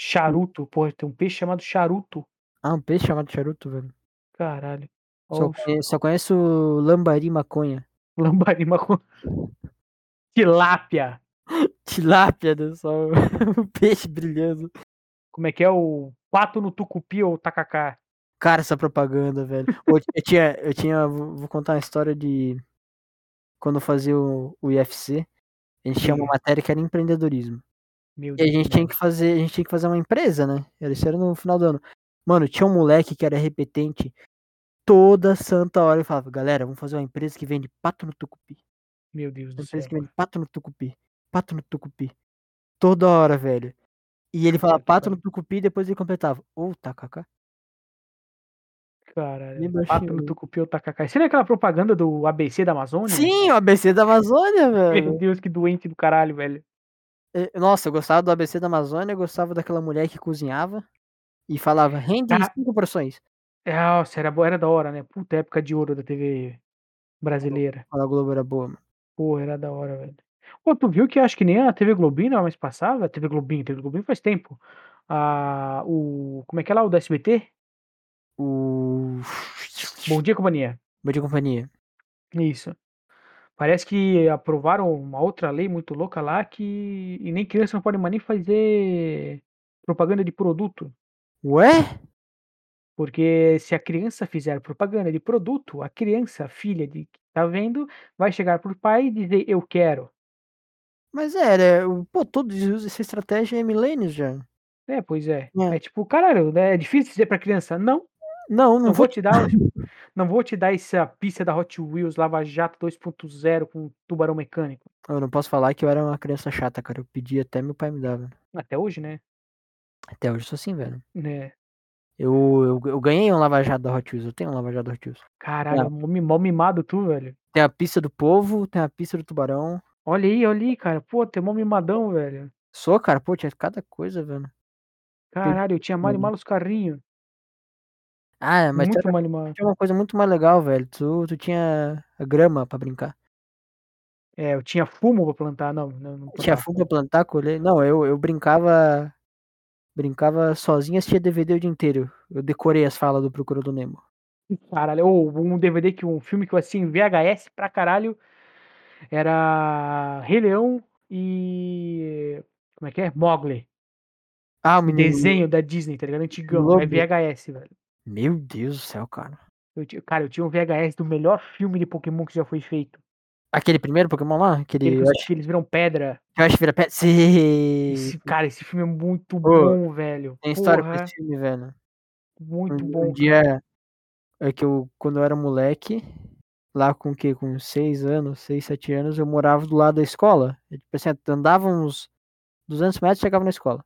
[SPEAKER 1] Charuto, porra, tem um peixe chamado charuto.
[SPEAKER 2] Ah, um peixe chamado charuto, velho.
[SPEAKER 1] Caralho.
[SPEAKER 2] Só
[SPEAKER 1] Ó, [LAUGHS] os
[SPEAKER 2] conheço, só conheço lambari maconha.
[SPEAKER 1] lambarima com tilápia.
[SPEAKER 2] Tilápia, né, só o [LAUGHS] peixe brilhando.
[SPEAKER 1] Como é que é o pato no tucupi ou tacacá?
[SPEAKER 2] Cara, essa propaganda, velho. Ô, Eu tinha, eu tinha, vou vou contar uma história de quando eu fazia o, o UFC, a gente tinha uma
[SPEAKER 1] Diga.
[SPEAKER 2] matéria que era empreendedorismo.
[SPEAKER 1] Meu
[SPEAKER 2] E a
[SPEAKER 1] Deus.
[SPEAKER 2] gente tinha que fazer, a gente tinha que fazer uma empresa, né? Era isso era no final do ano. Mano, tinha um moleque que era repetente toda santa hora e falava, galera, vamos fazer uma empresa que vende pato no tucupi.
[SPEAKER 1] Meu Deus do
[SPEAKER 2] Uma
[SPEAKER 1] céu.
[SPEAKER 2] empresa que vende pato no tucupi. Pato no tucupi. Toda hora, velho. E ele falava
[SPEAKER 1] que
[SPEAKER 2] pato no
[SPEAKER 1] pariu.
[SPEAKER 2] tucupi e depois ele completava. Ou tacacá.
[SPEAKER 1] Caralho.
[SPEAKER 2] Bem baixinho,
[SPEAKER 1] Pato no
[SPEAKER 2] velho.
[SPEAKER 1] tucupi ou tacacá. Isso não é aquela propaganda do ABC da Amazônia?
[SPEAKER 2] Sim, o ABC da
[SPEAKER 1] [LAUGHS]
[SPEAKER 2] Amazônia,
[SPEAKER 1] Meu
[SPEAKER 2] velho.
[SPEAKER 1] Deus, que doente do caralho, velho.
[SPEAKER 2] Eh, Nossa, eu gostava do ABC da Amazônia, eu gostava daquela mulher que cozinhava e falava, rende em
[SPEAKER 1] Ah,
[SPEAKER 2] cinco porções.
[SPEAKER 1] é, Nossa, era, bo- era da hora, né? Puta época de ouro da TV brasileira.
[SPEAKER 2] Quando a Globo era boa, mano.
[SPEAKER 1] Porra, era da hora, velho. Pô, tu viu que acho que nem a TV Globinho não mais passava? A TV Globinho, TV Globinho faz tempo. Ah, o. Como é que é lá? O da SBT?
[SPEAKER 2] O.
[SPEAKER 1] Bom dia, companhia.
[SPEAKER 2] Bom dia, companhia.
[SPEAKER 1] Isso. Parece que aprovaram uma outra lei muito louca lá que e nem criança não pode mais nem fazer propaganda de produto.
[SPEAKER 2] Ué?
[SPEAKER 1] Porque se a criança fizer propaganda de produto, a criança, a filha de que tá vendo, vai chegar pro pai e dizer eu quero.
[SPEAKER 2] Mas é, né, o- pô, todos usam essa estratégia é milênios já.
[SPEAKER 1] É, pois é.
[SPEAKER 2] É.
[SPEAKER 1] É tipo, caralho, né? é difícil dizer pra criança, não,
[SPEAKER 2] Não, não
[SPEAKER 1] não
[SPEAKER 2] vou.
[SPEAKER 1] vou te dar, não vou te dar essa pista da Hot Wheels Lava Jato 2.0 com tubarão mecânico.
[SPEAKER 2] Eu não posso falar que eu era uma criança chata, cara. Eu pedi até meu pai me dar, velho.
[SPEAKER 1] Até hoje, né?
[SPEAKER 2] Até hoje eu sou assim, velho.
[SPEAKER 1] Né?
[SPEAKER 2] Eu, eu, eu ganhei um Lava Jato da Hot Wheels. Eu tenho um Lava Jato da Hot Wheels. Tem
[SPEAKER 1] Caralho, é
[SPEAKER 2] a,
[SPEAKER 1] mó mi- mó mimado tu, velho.
[SPEAKER 2] tem a pista do povo, tem a pista do tubarão.
[SPEAKER 1] Olha aí, olha aí, cara. Pô, tem mó mimadão, velho.
[SPEAKER 2] Sou, cara, pô, tinha cada coisa, velho. Perdi.
[SPEAKER 1] Caralho, eu tinha mal e mal os carrinhos.
[SPEAKER 2] Ah, Uhum. mas tu
[SPEAKER 1] Muito
[SPEAKER 2] era-
[SPEAKER 1] mal e mal.
[SPEAKER 2] tinha uma coisa muito mais legal, velho. Tu, tu tinha a grama pra brincar.
[SPEAKER 1] É, eu tinha fumo pra plantar. Não, não, não
[SPEAKER 2] Tinha
[SPEAKER 1] plantava.
[SPEAKER 2] fumo pra plantar, colher. Não, eu, eu brincava. Brincava sozinho, assistia DVD o dia inteiro. Eu decorei as falas do Procura do Nemo.
[SPEAKER 1] Caralho, ou um DVD que um filme que eu assisti em VHS pra caralho era Rei Leão e como é que é? Mowgli.
[SPEAKER 2] Ah, o
[SPEAKER 1] O
[SPEAKER 2] menino lo-
[SPEAKER 1] desenho da Disney, tá ligado? Antigão, é
[SPEAKER 2] lobo.
[SPEAKER 1] VHS, velho.
[SPEAKER 2] Meu Deus do céu, cara.
[SPEAKER 1] Eu, ti- cara, eu tinha um VHS do melhor filme de Pokémon que já foi feito.
[SPEAKER 2] Aquele primeiro Pokémon lá?
[SPEAKER 1] Aquele
[SPEAKER 2] Aquele
[SPEAKER 1] que,
[SPEAKER 2] eu
[SPEAKER 1] os,
[SPEAKER 2] acho
[SPEAKER 1] que eles viram pedra.
[SPEAKER 2] eu acho que vira pé. Sim.
[SPEAKER 1] Esse, cara, esse filme é muito
[SPEAKER 2] Pô,
[SPEAKER 1] bom, velho.
[SPEAKER 2] tem história pra
[SPEAKER 1] Porra,
[SPEAKER 2] esse filme, velho.
[SPEAKER 1] muito
[SPEAKER 2] Um, um
[SPEAKER 1] bom, cara.
[SPEAKER 2] dia é que eu, quando eu era moleque, lá com o quê? Com seis anos, seis, sete anos, eu morava do lado da escola. Eu, tipo assim, andava uns 200 metros e chegava na escola.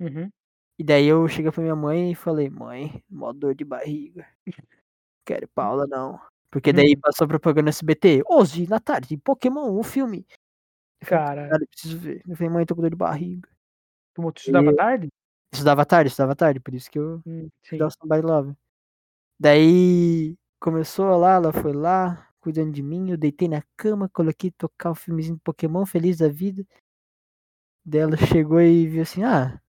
[SPEAKER 1] Uhum.
[SPEAKER 2] E daí eu cheguei pra minha mãe e falei, mãe, mó dor de barriga. Quero ir pra aula não. Porque
[SPEAKER 1] Uhum.
[SPEAKER 2] daí passou propaganda no SBT. Hoje, na tarde, Pokémon, o filme.
[SPEAKER 1] Cara,
[SPEAKER 2] Cara, eu preciso ver. Eu falei, mãe, tô com dor de barriga.
[SPEAKER 1] tu tu estudava
[SPEAKER 2] E-
[SPEAKER 1] tarde?
[SPEAKER 2] Estudava tarde, estudava tarde, por isso que eu
[SPEAKER 1] Hum, sim.
[SPEAKER 2] estudava Somebody Love. Daí começou lá, ela foi lá, cuidando de mim, eu deitei na cama, coloquei tocar o filmezinho do Pokémon, feliz da vida. Daí ela chegou e viu assim, ah,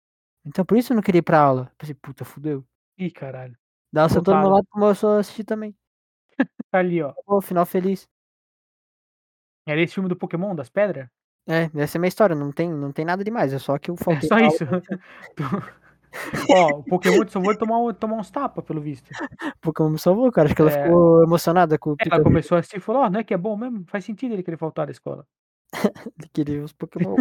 [SPEAKER 2] então por isso eu não queria ir pra aula. Eu pensei, puta, fudeu.
[SPEAKER 1] Ih, caralho.
[SPEAKER 2] Daí ela sentou do meu
[SPEAKER 1] Otário.
[SPEAKER 2] lado e começou a assistir também.
[SPEAKER 1] Tá ali, ó.
[SPEAKER 2] Pô, final feliz.
[SPEAKER 1] Era esse filme do Pokémon, das pedras?
[SPEAKER 2] É, essa é a minha história, não tem, não tem nada demais, é só que eu
[SPEAKER 1] [LAUGHS] É
[SPEAKER 2] faltei
[SPEAKER 1] só
[SPEAKER 2] pra
[SPEAKER 1] isso. Tu- ó, o Pokémon te salvou de tomar, um- tomar uns tapas, pelo visto.
[SPEAKER 2] É, Pokémon me salvou, cara. Acho que ela
[SPEAKER 1] É.
[SPEAKER 2] ficou emocionada com o Pikachu
[SPEAKER 1] Ela começou a assistir e falou, ó, não é que é bom mesmo? Faz sentido ele querer faltar da escola.
[SPEAKER 2] que [LAUGHS] queria os Pokémon.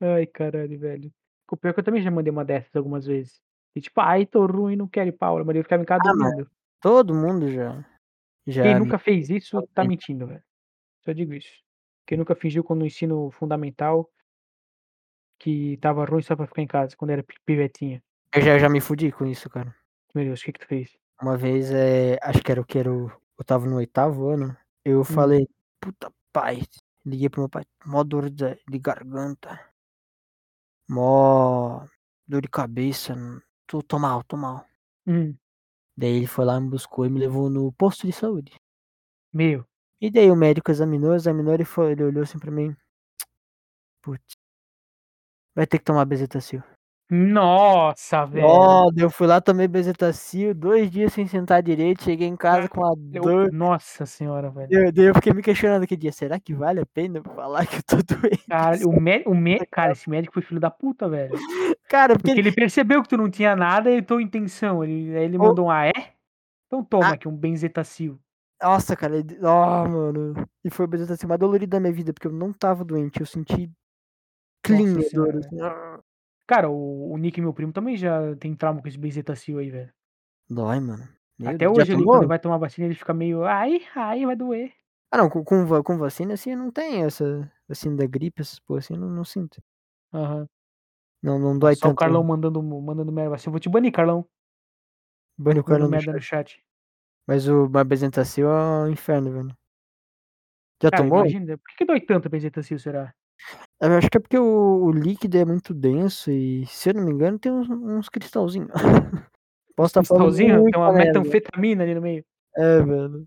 [SPEAKER 1] Ai, caralho, velho. O pior é que eu também já mandei uma dessas algumas vezes. E tipo, ai, tô ruim, não quero ir pra aula, mas eu ficava em casa
[SPEAKER 2] Ah, mas-
[SPEAKER 1] dormindo.
[SPEAKER 2] Todo mundo já. Já.
[SPEAKER 1] Quem nunca fez isso tá
[SPEAKER 2] Exatamente.
[SPEAKER 1] mentindo, velho. Só digo isso. Quem nunca fingiu quando no ensino fundamental que tava ruim só pra ficar em casa, quando era pi- pivetinha.
[SPEAKER 2] Eu já, já me fudi com isso, cara.
[SPEAKER 1] Meu Deus, o que que tu fez?
[SPEAKER 2] Uma vez, é, acho que era o que era o, eu tava no oitavo ano. Eu
[SPEAKER 1] Hum.
[SPEAKER 2] falei, puta pai. Liguei pro meu pai, mó dor de, de garganta. Mó dor de cabeça. n- Tô, tô mal, tô mal.
[SPEAKER 1] Hum,
[SPEAKER 2] Daí ele foi lá, me buscou e me levou no posto de saúde.
[SPEAKER 1] meu,
[SPEAKER 2] E daí o médico examinou, examinou, ele, foi, ele olhou assim pra mim. Putz. Vai ter que tomar bezetacil.
[SPEAKER 1] nossa, velho.
[SPEAKER 2] Ó, daí eu fui lá, tomei bezetacil, dois dias sem sentar direito, cheguei em casa com a
[SPEAKER 1] Eu-
[SPEAKER 2] dor.
[SPEAKER 1] Nossa senhora, velho.
[SPEAKER 2] Eu, daí eu fiquei me questionando aquele dia, será que vale a pena eu falar que eu tô [LAUGHS] doente?
[SPEAKER 1] Caralho, o mé- o mé- cara, esse médico foi filho da puta, velho.
[SPEAKER 2] Cara, porque
[SPEAKER 1] Porque
[SPEAKER 2] ele,
[SPEAKER 1] ele percebeu que tu não tinha nada e tua intenção. Ele, aí ele
[SPEAKER 2] Oh.
[SPEAKER 1] mandou um ah, é? Então
[SPEAKER 2] Ah
[SPEAKER 1] toma aqui um benzetacil.
[SPEAKER 2] nossa, cara, ele, ó, mano. E foi o bezetacil mais dolorido da minha vida, porque eu não tava doente, eu senti clean a dor,
[SPEAKER 1] senhora,
[SPEAKER 2] assim, ah.
[SPEAKER 1] Cara, o, o Nick, meu primo, também já tem trauma com esse benzetacil aí, velho.
[SPEAKER 2] Dói, mano. Meu
[SPEAKER 1] Até
[SPEAKER 2] Deus, já
[SPEAKER 1] hoje ele,
[SPEAKER 2] tomou?
[SPEAKER 1] quando vai tomar vacina, ele fica meio, ai, ai, vai doer.
[SPEAKER 2] Ah, não, com, com, va- com vacina assim eu não tenho essa vacina da gripe, essas porra assim, eu não, não sinto.
[SPEAKER 1] Aham.
[SPEAKER 2] Não, não dói
[SPEAKER 1] Só o
[SPEAKER 2] tanto.
[SPEAKER 1] Carlão mandando, mandando merda. Assim, eu vou te banir, Carlão.
[SPEAKER 2] Banho o
[SPEAKER 1] Mandando
[SPEAKER 2] no
[SPEAKER 1] merda no
[SPEAKER 2] chat.
[SPEAKER 1] chat.
[SPEAKER 2] Mas o Benzetacil é um inferno, velho. Já
[SPEAKER 1] Cara,
[SPEAKER 2] tomou?
[SPEAKER 1] imagina, né? por que que dói tanto o benzetacil, será?
[SPEAKER 2] Eu acho que é porque o, o líquido é muito denso e, se eu não me engano, tem uns, uns cristalzinhos. [LAUGHS] Posso estar Tá falando
[SPEAKER 1] Cristalzinho? Tem
[SPEAKER 2] muita
[SPEAKER 1] uma
[SPEAKER 2] merda.
[SPEAKER 1] metanfetamina ali no meio.
[SPEAKER 2] É, velho.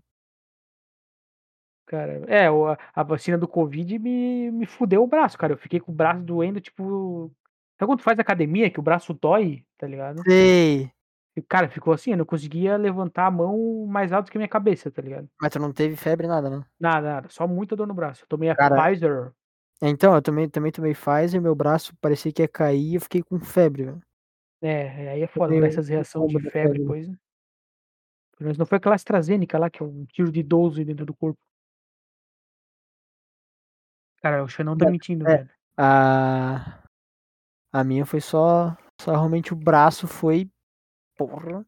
[SPEAKER 1] Cara, é, o- a, a vacina do Covid me, me fudeu o braço, cara. Eu fiquei com o braço doendo, tipo. Sabe quando tu faz academia, que o braço dói, tá ligado?
[SPEAKER 2] Sei.
[SPEAKER 1] E, cara, ficou assim, eu não conseguia levantar a mão mais alto que a minha cabeça, tá ligado?
[SPEAKER 2] Mas tu não teve febre, nada, né?
[SPEAKER 1] Nada, nada, só muita dor no braço. Eu tomei a
[SPEAKER 2] Cara.
[SPEAKER 1] Pfizer.
[SPEAKER 2] É, Então, eu também, também tomei Pfizer, meu braço parecia que ia cair e eu fiquei com febre, velho.
[SPEAKER 1] É, aí é foda,
[SPEAKER 2] Tomei
[SPEAKER 1] com
[SPEAKER 2] um-
[SPEAKER 1] essas
[SPEAKER 2] um
[SPEAKER 1] reações
[SPEAKER 2] combo
[SPEAKER 1] de
[SPEAKER 2] da
[SPEAKER 1] febre depois, né? Pelo menos não foi aquela AstraZeneca lá, que é um tiro de 12 dentro do corpo. Cara, o Xanão tá
[SPEAKER 2] Cara,
[SPEAKER 1] mentindo,
[SPEAKER 2] é.
[SPEAKER 1] velho.
[SPEAKER 2] A, a minha foi só, só realmente o braço foi, porra.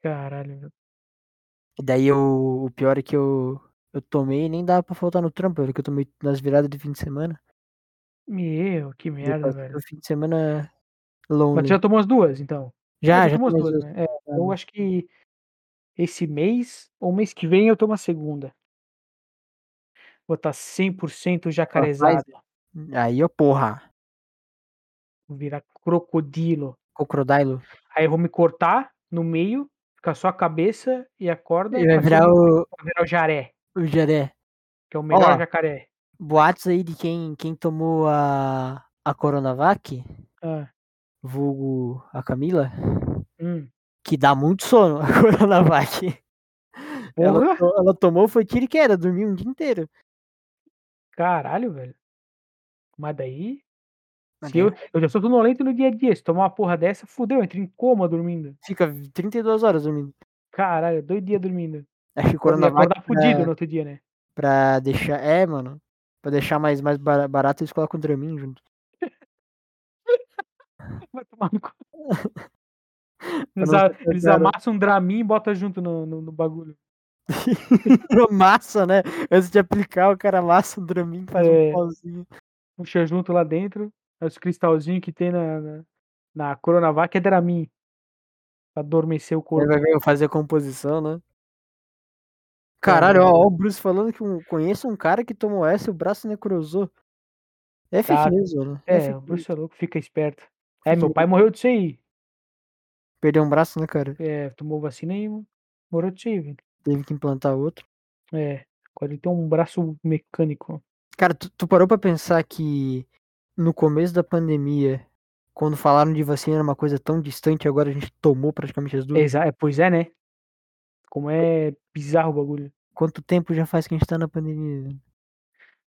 [SPEAKER 1] Caralho, velho.
[SPEAKER 2] E daí eu, o pior é que eu, eu tomei e nem dava pra faltar no trampo, velho, que eu tomei nas viradas de fim de semana.
[SPEAKER 1] Meu, que
[SPEAKER 2] E eu
[SPEAKER 1] merda,
[SPEAKER 2] passei
[SPEAKER 1] velho.
[SPEAKER 2] o fim de semana
[SPEAKER 1] Mas tu
[SPEAKER 2] lonely.
[SPEAKER 1] já tomou as duas, então?
[SPEAKER 2] Já,
[SPEAKER 1] Ah,
[SPEAKER 2] já
[SPEAKER 1] tomou as
[SPEAKER 2] tomei as
[SPEAKER 1] duas,
[SPEAKER 2] duas.
[SPEAKER 1] né? É,
[SPEAKER 2] já,
[SPEAKER 1] eu
[SPEAKER 2] né?
[SPEAKER 1] acho que esse mês ou mês que vem eu tomo a segunda. Vou tá estar 100% jacarezado.
[SPEAKER 2] Aí, ó, porra.
[SPEAKER 1] Vou virar crocodilo.
[SPEAKER 2] Crocodilo.
[SPEAKER 1] Aí eu vou me cortar no meio, ficar só a cabeça e a corda
[SPEAKER 2] Ele vai
[SPEAKER 1] pra ser
[SPEAKER 2] virar
[SPEAKER 1] o,
[SPEAKER 2] o,
[SPEAKER 1] pra virar o jaré,
[SPEAKER 2] o Jeré.
[SPEAKER 1] que é o melhor
[SPEAKER 2] Ó.
[SPEAKER 1] jacaré.
[SPEAKER 2] Boatos aí de quem, quem tomou a, a Coronavac,
[SPEAKER 1] Ah,
[SPEAKER 2] vulgo a Camila,
[SPEAKER 1] hum.
[SPEAKER 2] que dá muito sono a [LAUGHS] Coronavac. Ela,
[SPEAKER 1] Porra!
[SPEAKER 2] to- ela tomou, foi tiro que era, dormiu um dia inteiro.
[SPEAKER 1] Caralho, velho. Mas daí.
[SPEAKER 2] Mas
[SPEAKER 1] Se
[SPEAKER 2] daí é
[SPEAKER 1] eu, eu já sou sonolento no dia a dia. Se tomar uma porra dessa, fudeu, eu entro em coma dormindo.
[SPEAKER 2] Fica 32 horas dormindo.
[SPEAKER 1] Caralho, dois dias dormindo.
[SPEAKER 2] Acho que
[SPEAKER 1] Quando eu
[SPEAKER 2] Coronavac é.
[SPEAKER 1] acordar fudido
[SPEAKER 2] pra,
[SPEAKER 1] no outro dia, né? [LAUGHS]
[SPEAKER 2] pra deixar. É, mano. Pra deixar mais, mais bara- barato, eles colocam o Dramin junto. [LAUGHS]
[SPEAKER 1] Vai tomar no cu.
[SPEAKER 2] Pra
[SPEAKER 1] Eles,
[SPEAKER 2] não
[SPEAKER 1] a-
[SPEAKER 2] ficar
[SPEAKER 1] eles
[SPEAKER 2] caro.
[SPEAKER 1] amassam um Dramin e botam junto no, no, no bagulho.
[SPEAKER 2] massa, né? Antes de aplicar, o cara amassa o Dramin, faz um
[SPEAKER 1] É.
[SPEAKER 2] pauzinho.
[SPEAKER 1] Puxa junto lá dentro. aí Os cristalzinhos que tem na, na, na Coronavac é Dramin. Pra adormecer o
[SPEAKER 2] Aí
[SPEAKER 1] corpo.
[SPEAKER 2] vai ver eu fazer a composição, né? Caralho, ó, ó o Bruce falando que um, conheço um cara que tomou essa e o braço necrosou. É fake
[SPEAKER 1] Cara,
[SPEAKER 2] news, mano. É,
[SPEAKER 1] É,
[SPEAKER 2] fake
[SPEAKER 1] o
[SPEAKER 2] news.
[SPEAKER 1] Bruce é louco, fica esperto. É, meu pai morreu disso aí.
[SPEAKER 2] Perdeu um braço, né, cara?
[SPEAKER 1] É, tomou vacina e morreu disso aí, velho.
[SPEAKER 2] Teve que implantar outro.
[SPEAKER 1] É, agora ele tem um braço mecânico.
[SPEAKER 2] Cara, tu, tu parou pra pensar que no começo da pandemia, quando falaram de vacina era uma coisa tão distante, agora a gente tomou praticamente as duas?
[SPEAKER 1] Exa é, pois é, né? Como é bizarro o bagulho.
[SPEAKER 2] Quanto tempo já faz que a gente tá na pandemia? velho?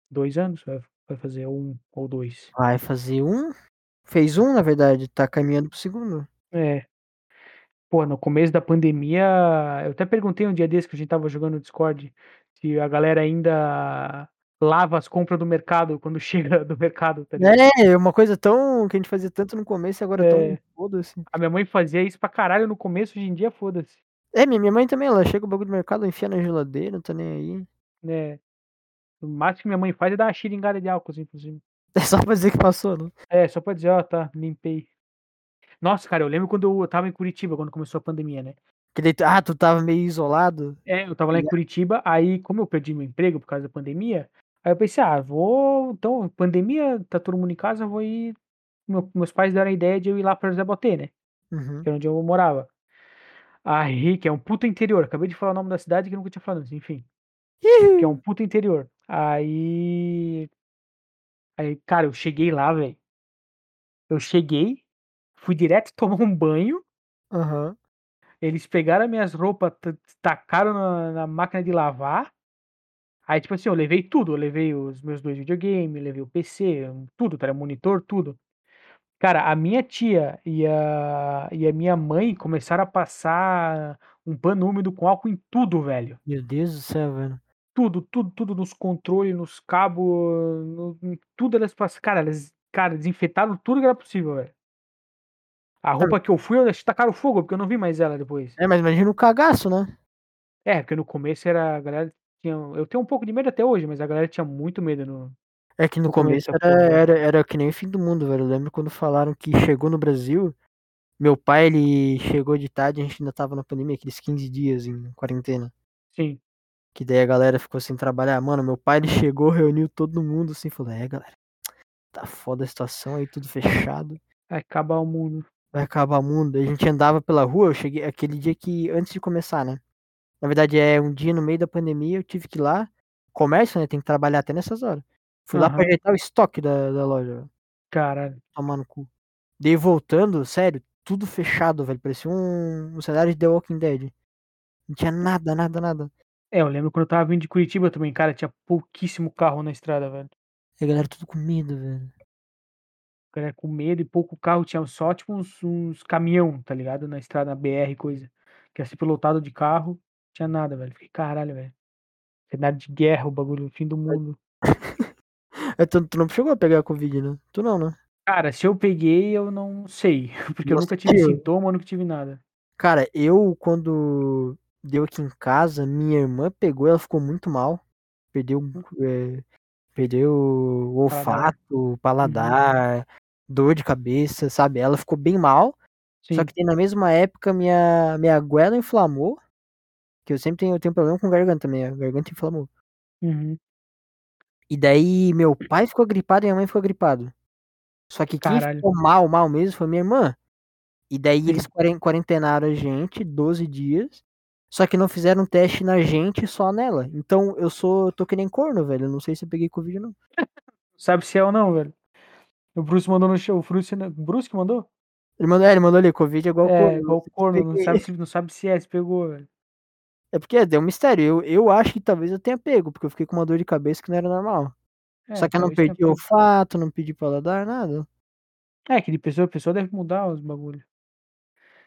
[SPEAKER 1] Dois anos? Vai vai fazer um ou dois.
[SPEAKER 2] Vai fazer um? Fez um, na verdade, tá caminhando pro segundo.
[SPEAKER 1] É. Pô, no começo da pandemia, eu até perguntei um dia desse que a gente tava jogando no Discord se a galera ainda lava as compras do mercado quando [LAUGHS] chega do mercado, tá ligado?
[SPEAKER 2] É, é uma coisa tão que a gente fazia tanto no começo e agora é.
[SPEAKER 1] É.
[SPEAKER 2] tão foda-se.
[SPEAKER 1] A minha mãe fazia isso pra caralho no começo, hoje em dia, foda-se.
[SPEAKER 2] É, minha, minha mãe também, ela chega o bagulho do mercado, enfia na geladeira, não tá nem aí. [LAUGHS]
[SPEAKER 1] Né? O máximo que minha mãe faz é dar uma xiringada de álcool, assim, por cima.
[SPEAKER 2] É só pra dizer que passou, né?
[SPEAKER 1] É, só pra dizer, ó, tá, limpei. Nossa, cara, eu lembro quando eu tava em Curitiba, quando começou a pandemia, né?
[SPEAKER 2] Que daí tu- ah, tu tava meio isolado.
[SPEAKER 1] É, eu tava lá em
[SPEAKER 2] E a-
[SPEAKER 1] Curitiba, aí como eu perdi meu emprego por causa da pandemia, aí eu pensei, ah, vou, então, pandemia, tá todo mundo em casa, eu vou ir, meu- meus pais deram a ideia de eu ir lá pra José Botê, né,
[SPEAKER 2] Uhum.
[SPEAKER 1] que era onde eu morava. Aí, que é um puta interior, acabei de falar o nome da cidade que eu nunca tinha falado, mas enfim, que é um puta interior. Aí, aí, cara, eu cheguei lá, velho, eu cheguei, fui direto [LAUGHS] tomar um banho,
[SPEAKER 2] Aham.
[SPEAKER 1] eles pegaram as minhas roupas, ta- tacaram na, na máquina de lavar. Aí, tipo assim, eu levei tudo. Eu levei os meus dois videogames, levei o PC, um- tudo, tá? ligado? Monitor, tudo. Cara, a minha tia e a, e a minha mãe começaram a passar um pano úmido com álcool em tudo, velho.
[SPEAKER 2] Meu Deus do céu, velho.
[SPEAKER 1] Tudo, tudo, tudo nos controles, nos cabos, no- em tudo elas passaram. Cara, elas, cara, desinfetaram tudo que era possível, velho. A roupa que eu fui, eu deixei tacaram fogo, porque eu não vi mais ela depois.
[SPEAKER 2] É, mas imagina o cagaço, né?
[SPEAKER 1] É, porque no começo era a galera tinha, eu tenho um pouco de medo até hoje, mas a galera tinha muito medo no,
[SPEAKER 2] É que no
[SPEAKER 1] no começo
[SPEAKER 2] começo
[SPEAKER 1] da
[SPEAKER 2] era,
[SPEAKER 1] porra.
[SPEAKER 2] era, era que nem o fim do mundo, velho. Eu lembro quando falaram que chegou no Brasil, meu pai, ele chegou de tarde, a gente ainda tava na pandemia, aqueles 15 dias em quarentena.
[SPEAKER 1] Sim.
[SPEAKER 2] Que daí a galera ficou sem trabalhar. Mano, meu pai, ele [LAUGHS] chegou, reuniu todo mundo, assim, falou, é, galera, tá foda a situação aí, tudo fechado.
[SPEAKER 1] Vai acabar o mundo.
[SPEAKER 2] Vai acabar o mundo. A gente andava pela rua, eu cheguei aquele dia que, antes de começar, né? Na verdade, é um dia no meio da pandemia, eu tive que ir lá. Comércio, né? Tem que trabalhar até nessas horas. Fui lá pra
[SPEAKER 1] Aham.
[SPEAKER 2] ajeitar o estoque da, da loja.
[SPEAKER 1] Caralho.
[SPEAKER 2] Tomar no cu. Dei voltando, sério, tudo fechado, velho. Parecia um, um cenário de The Walking Dead. Não tinha nada, nada, nada.
[SPEAKER 1] É, eu lembro quando eu tava vindo de Curitiba também, cara, tinha pouquíssimo carro na estrada, velho.
[SPEAKER 2] E a galera tudo com medo, velho.
[SPEAKER 1] A Galera com medo e pouco carro, tinha só tipo uns, uns caminhão, tá ligado? Na estrada, na BR, e coisa. Que ia ser pilotado de carro, não tinha nada, velho. Fiquei, caralho, velho. Cenário de guerra, o bagulho, fim do mundo.
[SPEAKER 2] É, tu, tu não chegou a pegar a Covid, né? Tu não, né?
[SPEAKER 1] Cara, se eu peguei, eu não sei, [LAUGHS] porque eu
[SPEAKER 2] Nossa,
[SPEAKER 1] nunca tive
[SPEAKER 2] eu-
[SPEAKER 1] sintoma, eu nunca tive nada.
[SPEAKER 2] Cara, eu quando deu aqui em casa, minha irmã pegou, ela ficou muito mal. Perdeu, eh, perdeu o
[SPEAKER 1] Hum. Paladar. Hum.
[SPEAKER 2] olfato, o paladar, dor de cabeça, sabe? Ela ficou bem mal. Só
[SPEAKER 1] Sim.
[SPEAKER 2] que daí na mesma época minha, minha goela inflamou. Que eu sempre tenho, eu tenho problema com garganta, minha garganta inflamou.
[SPEAKER 1] Uhum.
[SPEAKER 2] E daí meu pai ficou gripado e minha mãe ficou gripado. Só que quem
[SPEAKER 1] Caralho.
[SPEAKER 2] ficou mal, mal mesmo, foi minha irmã. E daí eles
[SPEAKER 1] Sim.
[SPEAKER 2] quaren- quarentenaram a gente 12 dias. Só que não fizeram teste na gente, só nela. Então eu sou. tô que nem corno, velho. Eu não sei se eu peguei Covid ou não.
[SPEAKER 1] Sabe se é ou não, velho. O Bruce mandou no show. O Bruce, né? Bruce que mandou?
[SPEAKER 2] Ele mandou, é, ele mandou ali, Covid é igual
[SPEAKER 1] É,
[SPEAKER 2] corno. eu
[SPEAKER 1] igual
[SPEAKER 2] não
[SPEAKER 1] o corno, não
[SPEAKER 2] sei se eu
[SPEAKER 1] sabe
[SPEAKER 2] peguei.
[SPEAKER 1] se, não sabe se é, se pegou, velho.
[SPEAKER 2] É porque deu um mistério. Eu, eu acho que talvez eu tenha pego, porque eu fiquei com uma dor de cabeça que não era normal. Só
[SPEAKER 1] É,
[SPEAKER 2] que eu não
[SPEAKER 1] talvez tenha
[SPEAKER 2] perdi o
[SPEAKER 1] pego.
[SPEAKER 2] olfato, não pedi paladar, nada.
[SPEAKER 1] É, que de pessoa a pessoa deve mudar os bagulhos.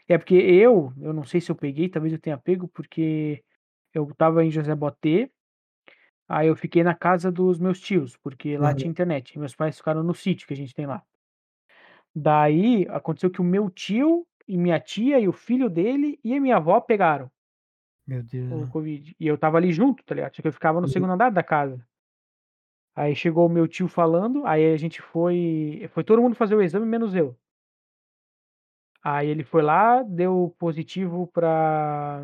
[SPEAKER 1] É porque eu, eu não sei se eu peguei, talvez eu tenha pego, porque eu tava em José Botê, aí eu fiquei na casa dos meus tios, porque lá
[SPEAKER 2] Uhum.
[SPEAKER 1] tinha internet. E meus pais ficaram no sítio que a gente tem lá. Daí aconteceu que o meu tio e minha tia e o filho dele e a minha avó pegaram
[SPEAKER 2] Meu Deus.
[SPEAKER 1] o
[SPEAKER 2] né?
[SPEAKER 1] Covid. E eu tava ali junto, tá ligado? Só que eu ficava no
[SPEAKER 2] Uhum.
[SPEAKER 1] segundo andar da casa. Aí chegou o meu tio falando, aí a gente foi. Foi todo mundo fazer o exame, menos eu. Aí ele foi lá, deu positivo pra,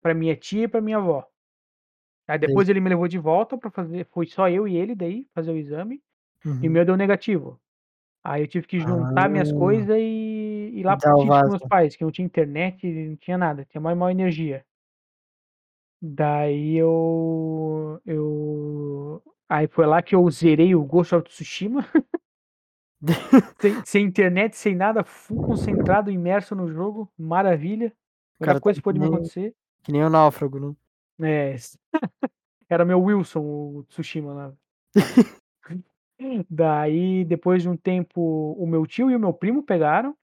[SPEAKER 1] pra minha tia e pra minha avó. Aí depois ele me levou de volta para fazer. Foi só eu e ele daí fazer o exame. E o
[SPEAKER 2] Uhum.
[SPEAKER 1] meu deu negativo. Aí eu tive que juntar minhas
[SPEAKER 2] Ah.
[SPEAKER 1] coisas e ir lá
[SPEAKER 2] Dar
[SPEAKER 1] pro
[SPEAKER 2] o
[SPEAKER 1] sítio com
[SPEAKER 2] vaza.
[SPEAKER 1] meus pais, que não tinha internet, não tinha nada, tinha mais mal energia. Daí eu. Eu. Aí foi lá que eu zerei o Ghost of Tsushima. [LAUGHS] sem, sem internet, sem nada, full concentrado, imerso no jogo. Maravilha.
[SPEAKER 2] Cara,
[SPEAKER 1] Melhor
[SPEAKER 2] tá
[SPEAKER 1] coisa que pôde
[SPEAKER 2] que
[SPEAKER 1] me
[SPEAKER 2] nem-
[SPEAKER 1] acontecer.
[SPEAKER 2] Que nem o náufrago, né?
[SPEAKER 1] É. [LAUGHS] Era meu Wilson, o Tsushima
[SPEAKER 2] [LAUGHS]
[SPEAKER 1] lá. Daí, depois de um tempo, o meu tio e o meu primo pegaram.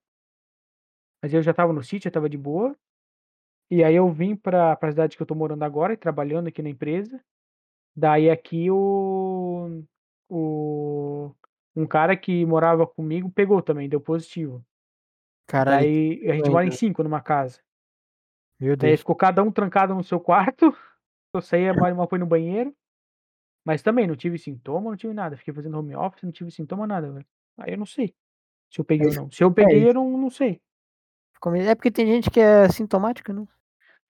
[SPEAKER 1] Mas eu já tava no sítio, eu tava de boa. E aí eu vim pra, pra cidade que eu tô morando agora e trabalhando aqui na empresa. Daí aqui o, o um cara que morava comigo pegou também, deu positivo.
[SPEAKER 2] Caralho,
[SPEAKER 1] Daí a gente
[SPEAKER 2] bem,
[SPEAKER 1] mora em
[SPEAKER 2] né?
[SPEAKER 1] cinco numa casa.
[SPEAKER 2] meu
[SPEAKER 1] Daí
[SPEAKER 2] Deus.
[SPEAKER 1] ficou cada um trancado no seu quarto. [LAUGHS] Eu saí, a mãe mal foi no banheiro. Mas também não tive sintoma, não tive nada. Fiquei fazendo home office, não tive sintoma, nada. velho. Aí eu não sei se eu peguei ou não. Se eu peguei, eu não, não sei.
[SPEAKER 2] Ficou meio- É porque tem gente que é sintomática, né?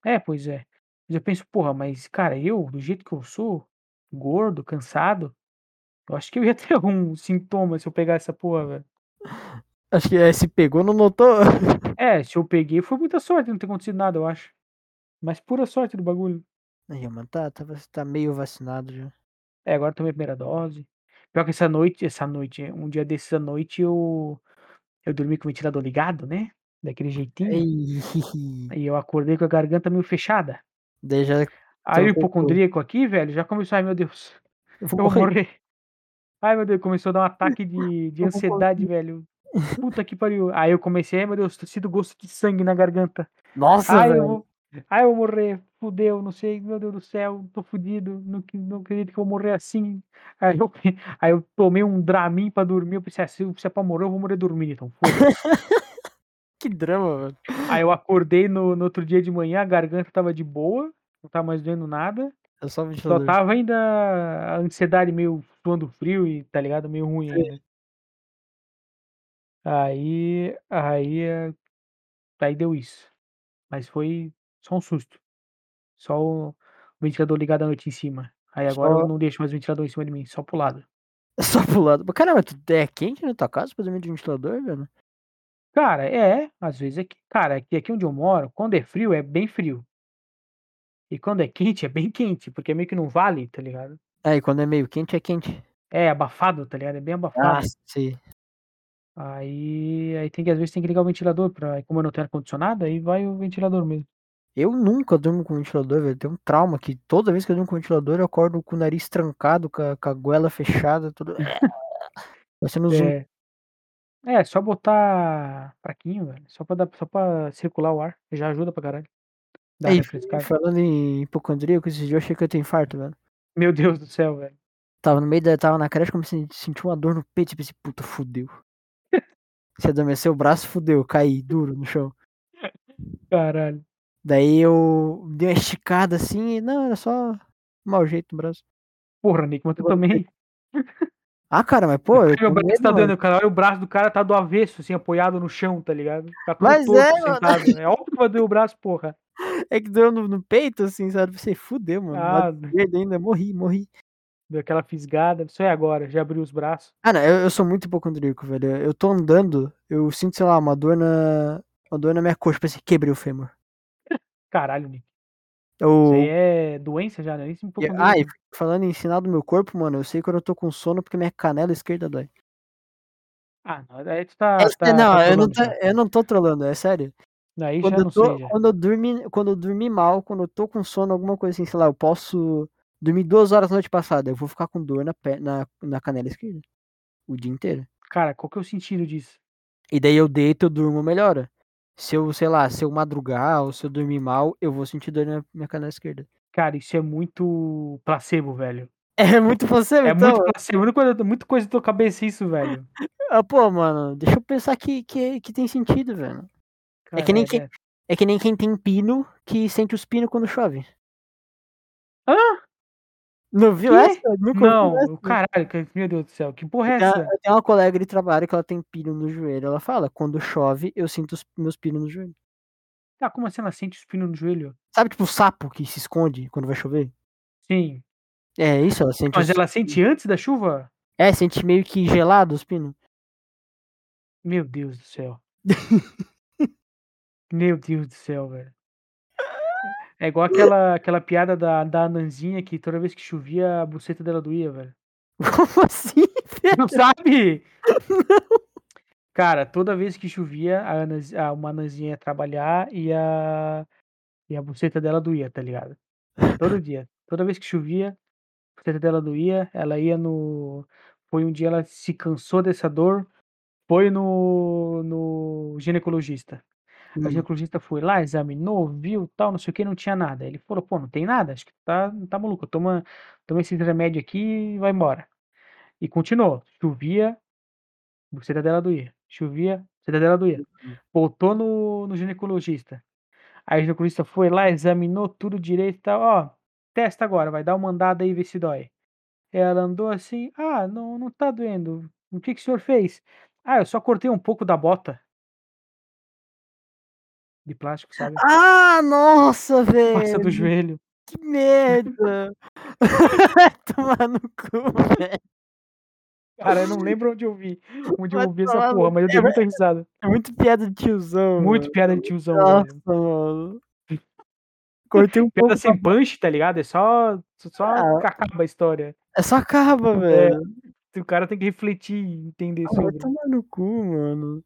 [SPEAKER 1] É, pois é. Mas eu penso, porra, mas cara, eu, do jeito que eu sou, gordo, cansado, eu acho que eu ia [LAUGHS] ter algum sintoma se eu pegar essa porra, velho.
[SPEAKER 2] Acho que é, se pegou, não notou.
[SPEAKER 1] É, se eu peguei, foi muita sorte não ter acontecido nada, eu acho. Mas pura sorte do bagulho.
[SPEAKER 2] [LAUGHS] Aí, mano, tá, tá, vac- tá meio vacinado já.
[SPEAKER 1] É, agora tomei a primeira dose. Pior que essa noite, essa noite, é, um dia desses à noite eu, eu dormi com o ventilador ligado, né? Daquele jeitinho.
[SPEAKER 2] Ei, [LAUGHS]
[SPEAKER 1] E eu acordei com a garganta meio fechada.
[SPEAKER 2] Daí já
[SPEAKER 1] Aí o
[SPEAKER 2] trocou o corpo.
[SPEAKER 1] hipocondríaco aqui, velho, já começou, ai meu Deus,
[SPEAKER 2] Eu vou
[SPEAKER 1] eu vou
[SPEAKER 2] morrer.
[SPEAKER 1] morrer. Ai meu Deus, começou a dar um ataque de, de
[SPEAKER 2] eu vou
[SPEAKER 1] ansiedade,
[SPEAKER 2] morrer.
[SPEAKER 1] velho. Puta que pariu. Aí eu comecei, ai meu Deus, sinto gosto de sangue na garganta.
[SPEAKER 2] Nossa,
[SPEAKER 1] Ai, eu
[SPEAKER 2] velho.
[SPEAKER 1] vou, ai, eu vou morrer, fudeu, não sei, meu Deus do céu, tô fudido, não, que- não acredito que eu vou morrer assim. Aí eu, [LAUGHS] aí eu tomei um Dramin pra dormir, eu pensei assim, se é pra morrer, eu vou morrer dormindo, então
[SPEAKER 2] [LAUGHS]
[SPEAKER 1] foda-se.
[SPEAKER 2] Que drama, velho.
[SPEAKER 1] Aí eu acordei no, no outro dia de manhã, a garganta tava de boa, não tava mais doendo nada,
[SPEAKER 2] É só
[SPEAKER 1] só
[SPEAKER 2] ventilador.
[SPEAKER 1] tava ainda a ansiedade meio suando frio e, tá ligado, meio ruim
[SPEAKER 2] Sim.
[SPEAKER 1] ainda. Aí, aí, eh, aí deu isso, mas foi só um susto. Só o o ventilador ligado à noite em cima. Aí agora eu
[SPEAKER 2] Só,
[SPEAKER 1] não deixo mais o ventilador em cima de mim, só pro lado.
[SPEAKER 2] [LAUGHS] só pro lado. Mas, Caramba, tu é quente na tua casa, pelo menos de ventilador, velho?
[SPEAKER 1] Cara, é, às vezes aqui. Cara, aqui, aqui onde eu moro, quando é frio, é bem frio. E quando é quente, é bem quente, porque meio que não vale, tá ligado?
[SPEAKER 2] Aí, quando é meio quente, é quente.
[SPEAKER 1] É abafado, tá ligado? É bem
[SPEAKER 2] Ah,
[SPEAKER 1] abafado.
[SPEAKER 2] sim.
[SPEAKER 1] Aí, aí tem que, às vezes, tem que ligar o ventilador pra. aí Como eu não tenho ar-condicionado, aí vai o ventilador mesmo.
[SPEAKER 2] Eu nunca durmo com ventilador, velho. Tem um trauma que toda vez que eu durmo com ventilador, eu acordo com o nariz trancado, com a, com a goela fechada,
[SPEAKER 1] [LAUGHS]
[SPEAKER 2] tudo. Parecendo um zumbi.
[SPEAKER 1] É, é só botar fraquinho, velho. Só pra, dar, só pra circular o ar. Já ajuda pra caralho. Dá uma
[SPEAKER 2] Ei,
[SPEAKER 1] refrescada.
[SPEAKER 2] falando em hipocondríaco, esse dia eu achei que eu tenho infarto, velho.
[SPEAKER 1] Meu Deus do céu, velho.
[SPEAKER 2] Tava no meio da. Tava na creche, comecei a sentir uma dor no peito, tipo assim,
[SPEAKER 1] [LAUGHS]
[SPEAKER 2] puta, fudeu. Se adormeceu o braço, fudeu, caí duro no chão.
[SPEAKER 1] Caralho.
[SPEAKER 2] Daí eu dei uma esticada assim, e não, era só mau jeito no braço.
[SPEAKER 1] Porra, Nick, mas tu também.
[SPEAKER 2] Ah, cara, mas
[SPEAKER 1] [LAUGHS]
[SPEAKER 2] [LAUGHS] pô, eu
[SPEAKER 1] Meu
[SPEAKER 2] com
[SPEAKER 1] braço
[SPEAKER 2] medo,
[SPEAKER 1] tá
[SPEAKER 2] mano.
[SPEAKER 1] doendo, cara. Olha o braço do cara, tá do avesso, assim, apoiado no chão, tá ligado? Tá todo
[SPEAKER 2] Mas é,
[SPEAKER 1] torto,
[SPEAKER 2] mano,
[SPEAKER 1] sentado. É óbvio que vai doer o braço, porra.
[SPEAKER 2] é que deu no, no peito, assim, sabe? Você fudeu, [LAUGHS] mano. Lado
[SPEAKER 1] Ah,
[SPEAKER 2] esquerdo ainda, morri, morri.
[SPEAKER 1] deu aquela fisgada. Isso é agora, já abriu os braços.
[SPEAKER 2] Ah, não, eu, eu sou muito hipocondríaco, velho. Eu tô andando, eu sinto, sei lá, uma dor na. Uma dor na minha coxa, parece que quebrei o fêmur.
[SPEAKER 1] Caralho, Nick. Isso aí
[SPEAKER 2] Eu.
[SPEAKER 1] é doença já, né? Isso é um
[SPEAKER 2] e-
[SPEAKER 1] pouco
[SPEAKER 2] Ah, e
[SPEAKER 1] andrico.
[SPEAKER 2] falando em sinal do meu corpo, mano, eu sei quando eu tô com sono porque minha canela esquerda dói.
[SPEAKER 1] Ah, não, aí tu
[SPEAKER 2] É
[SPEAKER 1] tá,
[SPEAKER 2] sé-
[SPEAKER 1] tá, tá
[SPEAKER 2] não, eu não,
[SPEAKER 1] trolando
[SPEAKER 2] tô,
[SPEAKER 1] já.
[SPEAKER 2] eu não tô trolando, é sério.
[SPEAKER 1] Daí
[SPEAKER 2] Quando
[SPEAKER 1] já
[SPEAKER 2] eu
[SPEAKER 1] não sei
[SPEAKER 2] tô,
[SPEAKER 1] já.
[SPEAKER 2] quando eu dormi, quando eu dormi mal, quando eu tô com sono, alguma coisa assim, sei lá, eu posso dormir duas horas na noite passada, eu vou ficar com dor na, pe- na, na canela esquerda o dia inteiro.
[SPEAKER 1] Cara, qual que é o sentido disso?
[SPEAKER 2] E daí eu deito, eu durmo, melhora. Se eu, sei lá, se eu madrugar ou se eu dormir mal, eu vou sentir dor na minha canela esquerda. [LAUGHS]
[SPEAKER 1] Cara, isso é muito placebo, velho.
[SPEAKER 2] É muito placebo,
[SPEAKER 1] É muito
[SPEAKER 2] então.
[SPEAKER 1] placebo. Muita coisa, muita coisa da tua cabeça é isso, velho.
[SPEAKER 2] Ah, pô, mano, deixa eu pensar que, que, que tem sentido, velho. É que
[SPEAKER 1] Cara,
[SPEAKER 2] nem
[SPEAKER 1] é...
[SPEAKER 2] quem,
[SPEAKER 1] é-
[SPEAKER 2] é que nem quem tem pino que sente os pinos quando chove.
[SPEAKER 1] Hã?
[SPEAKER 2] Não viu essa?
[SPEAKER 1] Que?
[SPEAKER 2] Nunca ouviu
[SPEAKER 1] Não, o
[SPEAKER 2] essa?
[SPEAKER 1] caralho, que- meu Deus do céu, que porra
[SPEAKER 2] Eu
[SPEAKER 1] é
[SPEAKER 2] tenho,
[SPEAKER 1] essa?
[SPEAKER 2] eu tenho uma colega de trabalho que ela tem pino no joelho. Ela fala, quando chove, eu sinto os meus pinos no joelho.
[SPEAKER 1] Tá, como assim ela sente os pinos no joelho?
[SPEAKER 2] Sabe, tipo, o sapo que se esconde quando vai chover?
[SPEAKER 1] Sim.
[SPEAKER 2] É isso, ela sente.
[SPEAKER 1] Mas
[SPEAKER 2] os-
[SPEAKER 1] ela sente antes da chuva?
[SPEAKER 2] É, sente meio que gelado os pinos.
[SPEAKER 1] Meu Deus do céu. Meu Deus do céu, velho. É igual aquela, aquela piada da, da Nanzinha que toda vez que chovia a buceta dela doía, velho.
[SPEAKER 2] [LAUGHS] Como assim?
[SPEAKER 1] [LAUGHS] Não sabe? Cara, toda vez que chovia, a Ana, a- uma Ananzinha ia trabalhar e a, e a buceta dela doía, tá ligado? Todo dia. Toda vez que chovia, a buceta dela doía, ela ia no. Foi um dia ela se cansou dessa dor, foi no, no ginecologista. O
[SPEAKER 2] Hum.
[SPEAKER 1] ginecologista foi lá, examinou, viu, tal, não sei o que, não tinha nada. Ele falou, pô, não tem nada, acho que tá, tá maluco, toma, toma esse remédio aqui e vai embora. E continuou, chovia, buceta dela doía, chovia, buceta dela doía. Voltou no, no ginecologista. Aí o ginecologista foi lá, examinou tudo direito e tal, ó, testa agora, vai dar uma andada aí, ver se dói. Ela andou assim, ah, não, não tá doendo, o que que o senhor fez? Ah, eu só cortei um pouco da bota. De plástico, sabe?
[SPEAKER 2] [LAUGHS] Ah, nossa,
[SPEAKER 1] Passa do
[SPEAKER 2] velho.
[SPEAKER 1] joelho.
[SPEAKER 2] Que [LAUGHS] merda! Tomar no cu,
[SPEAKER 1] [LAUGHS]
[SPEAKER 2] velho.
[SPEAKER 1] Cara, eu não lembro onde eu vi. Onde eu
[SPEAKER 2] Vai
[SPEAKER 1] ouvi
[SPEAKER 2] tomar
[SPEAKER 1] essa
[SPEAKER 2] no
[SPEAKER 1] porra, mas eu dei muita risada.
[SPEAKER 2] É muito piada de tiozão.
[SPEAKER 1] Muito
[SPEAKER 2] mano.
[SPEAKER 1] piada de tiozão.
[SPEAKER 2] Nossa,
[SPEAKER 1] velho.
[SPEAKER 2] mano. Cortei um pouco.
[SPEAKER 1] Piada sem punch, tá ligado? É só. Só só acaba a história. É,
[SPEAKER 2] É tá só acaba, Ah, velho.
[SPEAKER 1] O cara tem que refletir e entender
[SPEAKER 2] Ah, Vai
[SPEAKER 1] sobre.
[SPEAKER 2] tomar no cu, mano.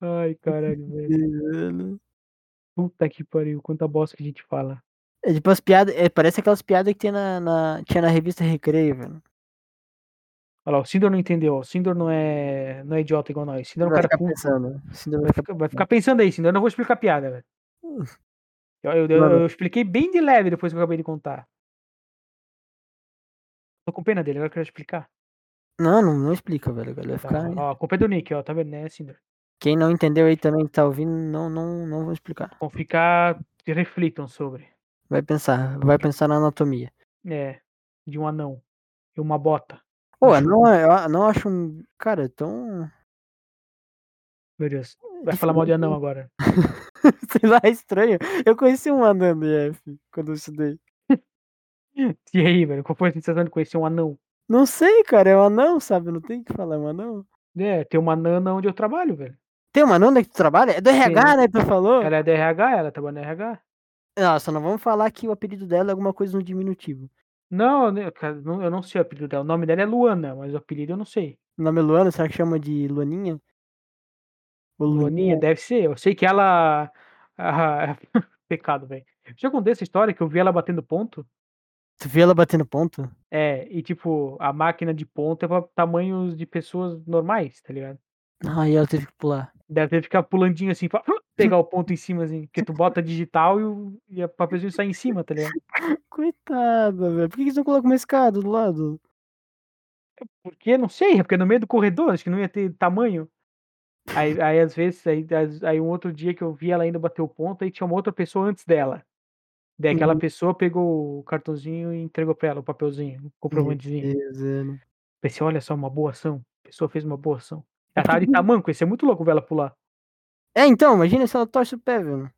[SPEAKER 1] Ai, caralho, velho.
[SPEAKER 2] Velho.
[SPEAKER 1] Puta que pariu, quanta bosta que a gente fala.
[SPEAKER 2] É tipo as piadas. é, parece aquelas piadas que tem na, na- tinha na revista Recreio, velho.
[SPEAKER 1] Olha lá, o Sindor não entendeu. ó. O Sindor não é, não é idiota igual nós. O Sindor é um
[SPEAKER 2] vai
[SPEAKER 1] cara
[SPEAKER 2] ficar
[SPEAKER 1] culto.
[SPEAKER 2] pensando. Assim, não vai
[SPEAKER 1] Vai
[SPEAKER 2] ficar- Hum.
[SPEAKER 1] ficar, vai ficar pensando aí, Sindor. Eu não vou explicar a piada, velho. Eu, eu- eu-
[SPEAKER 2] Mano.
[SPEAKER 1] eu expliquei bem de leve depois que eu acabei de contar. Tô com pena dele, agora eu quero explicar.
[SPEAKER 2] Não, não, não explica, velho. galera. Vai
[SPEAKER 1] Tá,
[SPEAKER 2] ficar.
[SPEAKER 1] ó, a culpa é do Nick, ó, tá vendo, né, Sindor?
[SPEAKER 2] Quem não entendeu aí também que tá ouvindo, não, não, não vou explicar.
[SPEAKER 1] Vão ficar, reflitam sobre.
[SPEAKER 2] Vai pensar. Vai pensar na anatomia.
[SPEAKER 1] É, de um anão e uma bota.
[SPEAKER 2] Pô,
[SPEAKER 1] Acho-
[SPEAKER 2] não, é- eu a- não acho um. Cara, tão. [LAUGHS]
[SPEAKER 1] Meu Deus,
[SPEAKER 2] Hum,
[SPEAKER 1] vai falar mal de anão agora. [LAUGHS]
[SPEAKER 2] Sei lá, é estranho. Eu conheci um anão do IF quando eu estudei.
[SPEAKER 1] E aí, velho, qual foi a sensação de conhecer um anão?
[SPEAKER 2] Não sei, cara, é um anão, sabe? Não tem o que falar, é um anão.
[SPEAKER 1] É, tem uma nana onde eu trabalho, velho.
[SPEAKER 2] Tem um anão onde é que tu trabalha? É do RH, né? Tu falou?
[SPEAKER 1] Ela é da RH, ela trabalha na RH.
[SPEAKER 2] Nossa, não vamos falar que o apelido dela é alguma coisa no diminutivo.
[SPEAKER 1] Não, eu ne- cara, não- eu não sei o apelido dela. O nome dela é Luana, mas o apelido eu não sei.
[SPEAKER 2] O nome é Luana, será que chama de Luaninha? Ou
[SPEAKER 1] Luaninha, deve ser. Eu sei que ela. Ah, [LAUGHS] pecado, velho. Já contei essa história que eu vi ela batendo ponto?
[SPEAKER 2] Tu vê ela batendo ponto?
[SPEAKER 1] É, e tipo, a máquina de ponta é pra tamanhos de pessoas normais, tá ligado?
[SPEAKER 2] Ai, ela teve que pular.
[SPEAKER 1] Deve ficar pulandinho assim, pra [LAUGHS] pegar o ponto em cima, assim, porque tu bota digital e, o, e a pra pessoa sai em cima, tá ligado?
[SPEAKER 2] Coitada, velho. Por que que eles não colocam uma escada do lado?
[SPEAKER 1] Porque não sei, é porque no meio do corredor, acho que não ia ter tamanho. Aí, aí às vezes, aí, às- aí um outro dia que eu vi ela ainda bater o ponto, aí tinha uma outra pessoa antes dela. Daí aquela
[SPEAKER 2] Uhum.
[SPEAKER 1] pessoa pegou o cartãozinho e entregou pra ela o papelzinho, o comprovantezinho.
[SPEAKER 2] Meu Deus, velho.
[SPEAKER 1] Pensei, olha só, uma boa ação. A pessoa fez uma boa ação. Ela tava de tamanco, ia ser muito louco ver ela pular.
[SPEAKER 2] É, então, imagina se ela torce o pé, velho.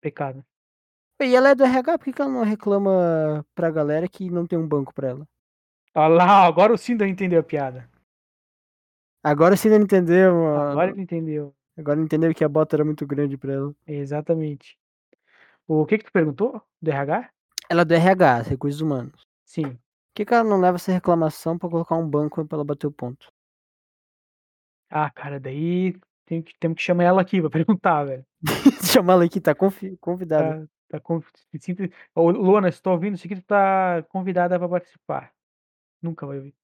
[SPEAKER 1] Pecado.
[SPEAKER 2] E ela é do RH, por que que ela não reclama pra galera que não tem um banco pra ela?
[SPEAKER 1] Olha lá, agora o Cinder entendeu a piada.
[SPEAKER 2] Agora você não entendeu, mano.
[SPEAKER 1] Agora ele entendeu.
[SPEAKER 2] Agora não entendeu que a bota era muito grande pra ela.
[SPEAKER 1] Exatamente. O que que tu perguntou? Do RH?
[SPEAKER 2] Ela é do RH, Recursos Humanos.
[SPEAKER 1] Sim.
[SPEAKER 2] Por que, que ela não leva essa reclamação pra colocar um banco pra ela bater o ponto? [LAUGHS]
[SPEAKER 1] Ah, cara, daí tem que, temos que chamar ela aqui pra [LAUGHS] perguntar, velho.
[SPEAKER 2] Chamar ela aqui, tá confi- convidada.
[SPEAKER 1] Tá, tá conv- se sinta- Ô, Luana, estou ouvindo isso aqui, tu tá convidada pra participar. Nunca vai ouvir.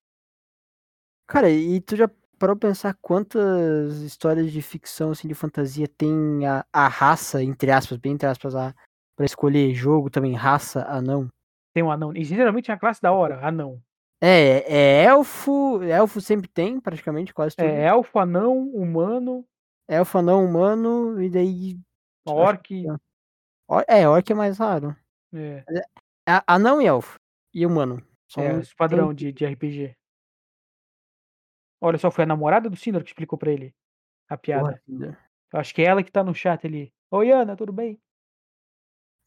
[SPEAKER 2] Cara, e tu já parou pra pensar quantas histórias de ficção, assim, de fantasia tem a, a raça, entre aspas, bem entre aspas, a, pra escolher jogo também, raça, anão?
[SPEAKER 1] Tem um anão. E geralmente é a classe da hora, anão.
[SPEAKER 2] É, é elfo, elfo sempre tem, praticamente, quase tudo.
[SPEAKER 1] É elfo, anão, humano,
[SPEAKER 2] Elfo, anão, humano, e daí. acho
[SPEAKER 1] orc.
[SPEAKER 2] or- É, orc é mais raro.
[SPEAKER 1] É,
[SPEAKER 2] A- Anão e elfo. E humano. São
[SPEAKER 1] é
[SPEAKER 2] os
[SPEAKER 1] esse padrão de, de RPG. Olha só, foi a namorada do Sindor que explicou pra ele a piada.
[SPEAKER 2] porra, Tinder.
[SPEAKER 1] Eu acho que é ela que tá no chat ali. Oi, Ana, tudo bem?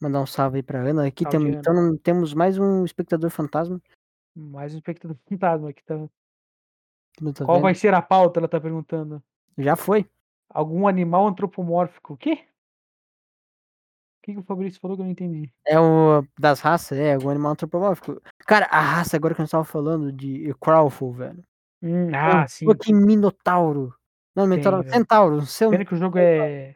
[SPEAKER 2] Mandar um salve aí pra Ana. Aqui
[SPEAKER 1] Salve,
[SPEAKER 2] tem-
[SPEAKER 1] Ana.
[SPEAKER 2] então não- temos mais um espectador fantasma.
[SPEAKER 1] Mais um espectador [LAUGHS] fantasma aqui tá.
[SPEAKER 2] que não tá
[SPEAKER 1] Qual
[SPEAKER 2] vendo.
[SPEAKER 1] vai ser a pauta? Ela tá perguntando.
[SPEAKER 2] Já foi.
[SPEAKER 1] Algum animal antropomórfico? O quê? O que, que o Fabrício falou que eu não entendi?
[SPEAKER 2] É o das raças, é, algum animal antropomórfico. Cara, a raça agora que nós tava falando de Crowful, velho.
[SPEAKER 1] Hum, ah, sim. né?
[SPEAKER 2] Pô, que minotauro. Não, minotauro,
[SPEAKER 1] velho.
[SPEAKER 2] centauro. Um cen-
[SPEAKER 1] Pena que o jogo é.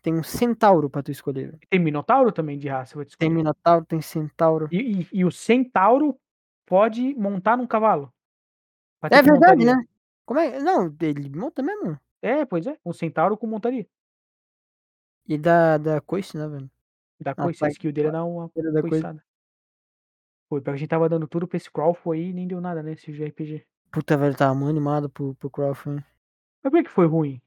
[SPEAKER 2] Tem um centauro pra tu escolher.
[SPEAKER 1] Tem minotauro também de raça, eu vou te
[SPEAKER 2] Tem
[SPEAKER 1] escolher.
[SPEAKER 2] minotauro, tem centauro.
[SPEAKER 1] E, e- e o centauro pode montar num cavalo. Vai ter
[SPEAKER 2] É
[SPEAKER 1] que
[SPEAKER 2] verdade,
[SPEAKER 1] montaria.
[SPEAKER 2] né? Como é? Não, ele monta mesmo.
[SPEAKER 1] É, pois é. Um centauro com montaria.
[SPEAKER 2] E da, da coice, né, velho?
[SPEAKER 1] Da
[SPEAKER 2] Ah,
[SPEAKER 1] coisa, a
[SPEAKER 2] tá.
[SPEAKER 1] skill dele é dar uma
[SPEAKER 2] Ele Da coice.
[SPEAKER 1] coiçada. Pô, pior que a gente tava dando tudo pra esse Crawford aí e nem deu nada, né? Esse RPG.
[SPEAKER 2] Puta, velho, tava muito animado pro, pro Crawford. né?
[SPEAKER 1] Mas por que foi ruim?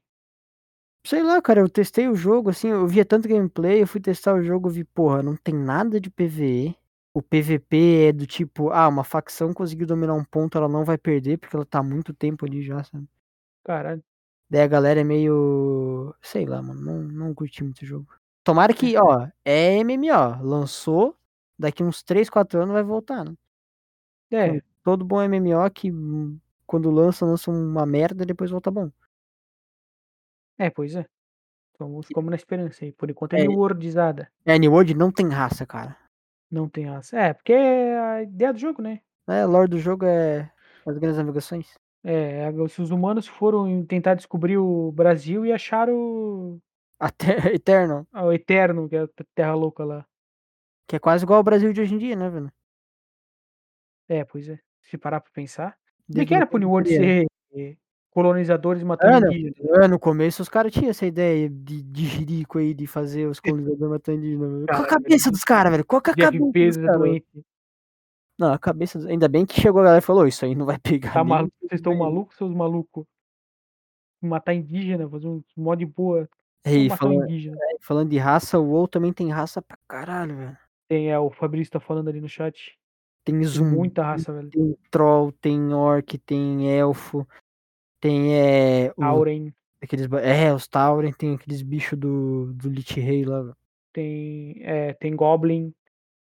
[SPEAKER 2] Sei lá, cara, eu testei o jogo, assim, eu via tanto gameplay, eu fui testar o jogo, eu vi, porra, não tem nada de PVE. O PVP é do tipo, ah, uma facção conseguiu dominar um ponto, ela não vai perder, porque ela tá há muito tempo ali já, sabe?
[SPEAKER 1] Caralho.
[SPEAKER 2] Daí a galera é meio. Sei lá, mano, não, não curti muito o jogo. Tomara que, ó, é MMO, lançou, daqui uns 3, 4 anos vai voltar, né?
[SPEAKER 1] É,
[SPEAKER 2] Todo bom MMO que hum, quando lança, lança uma merda e depois volta bom.
[SPEAKER 1] é, pois é. Então ficamos na esperança aí. Por enquanto
[SPEAKER 2] É.
[SPEAKER 1] é New Worldizada.
[SPEAKER 2] É, New World não tem raça, cara.
[SPEAKER 1] Não tem raça. É, porque é a ideia do jogo, né?
[SPEAKER 2] É, a lore do jogo é as grandes navegações. [LAUGHS]
[SPEAKER 1] É, agora, se os humanos foram em- tentar descobrir o Brasil e acharam o,
[SPEAKER 2] Até Eternal,
[SPEAKER 1] ah, o Eterno, que é a Terra Louca lá.
[SPEAKER 2] que é quase igual ao Brasil de hoje em dia, né, velho?
[SPEAKER 1] É, pois é. Se parar pra pensar. Como é
[SPEAKER 2] Desde
[SPEAKER 1] que era
[SPEAKER 2] o
[SPEAKER 1] pro New World
[SPEAKER 2] começo.
[SPEAKER 1] ser eh, colonizadores matando
[SPEAKER 2] Ah, não.
[SPEAKER 1] indígenas?
[SPEAKER 2] É, no começo os caras tinham essa ideia de, de jirico aí, de fazer os colonizadores matando indígena. velho. Qual a
[SPEAKER 1] Caralho,
[SPEAKER 2] cabeça dos caras, velho? Qual que é a
[SPEAKER 1] Jeff
[SPEAKER 2] cabeça dos
[SPEAKER 1] Bezos é
[SPEAKER 2] caras? velho?
[SPEAKER 1] doente.
[SPEAKER 2] Não, a cabeça... dos- Ainda bem que chegou a galera e falou, isso aí não vai pegar
[SPEAKER 1] Tá
[SPEAKER 2] nem
[SPEAKER 1] maluco? Vocês estão
[SPEAKER 2] bem."
[SPEAKER 1] malucos, seus malucos? Matar indígena, fazer um mod boa.
[SPEAKER 2] Ei,
[SPEAKER 1] matar um
[SPEAKER 2] falando,
[SPEAKER 1] indígena.
[SPEAKER 2] falando de raça, o WoW também tem raça pra caralho, velho.
[SPEAKER 1] Tem, é, o Fabrício tá falando ali no chat.
[SPEAKER 2] Tem
[SPEAKER 1] Tem
[SPEAKER 2] zumbi,
[SPEAKER 1] muita raça, velho.
[SPEAKER 2] tem troll, tem orc, tem elfo, tem é, o
[SPEAKER 1] Auren,
[SPEAKER 2] Aqueles, ba- é, os Tauren tem aqueles bichos do, do Lich Rei lá. velho.
[SPEAKER 1] tem, é, tem Goblin,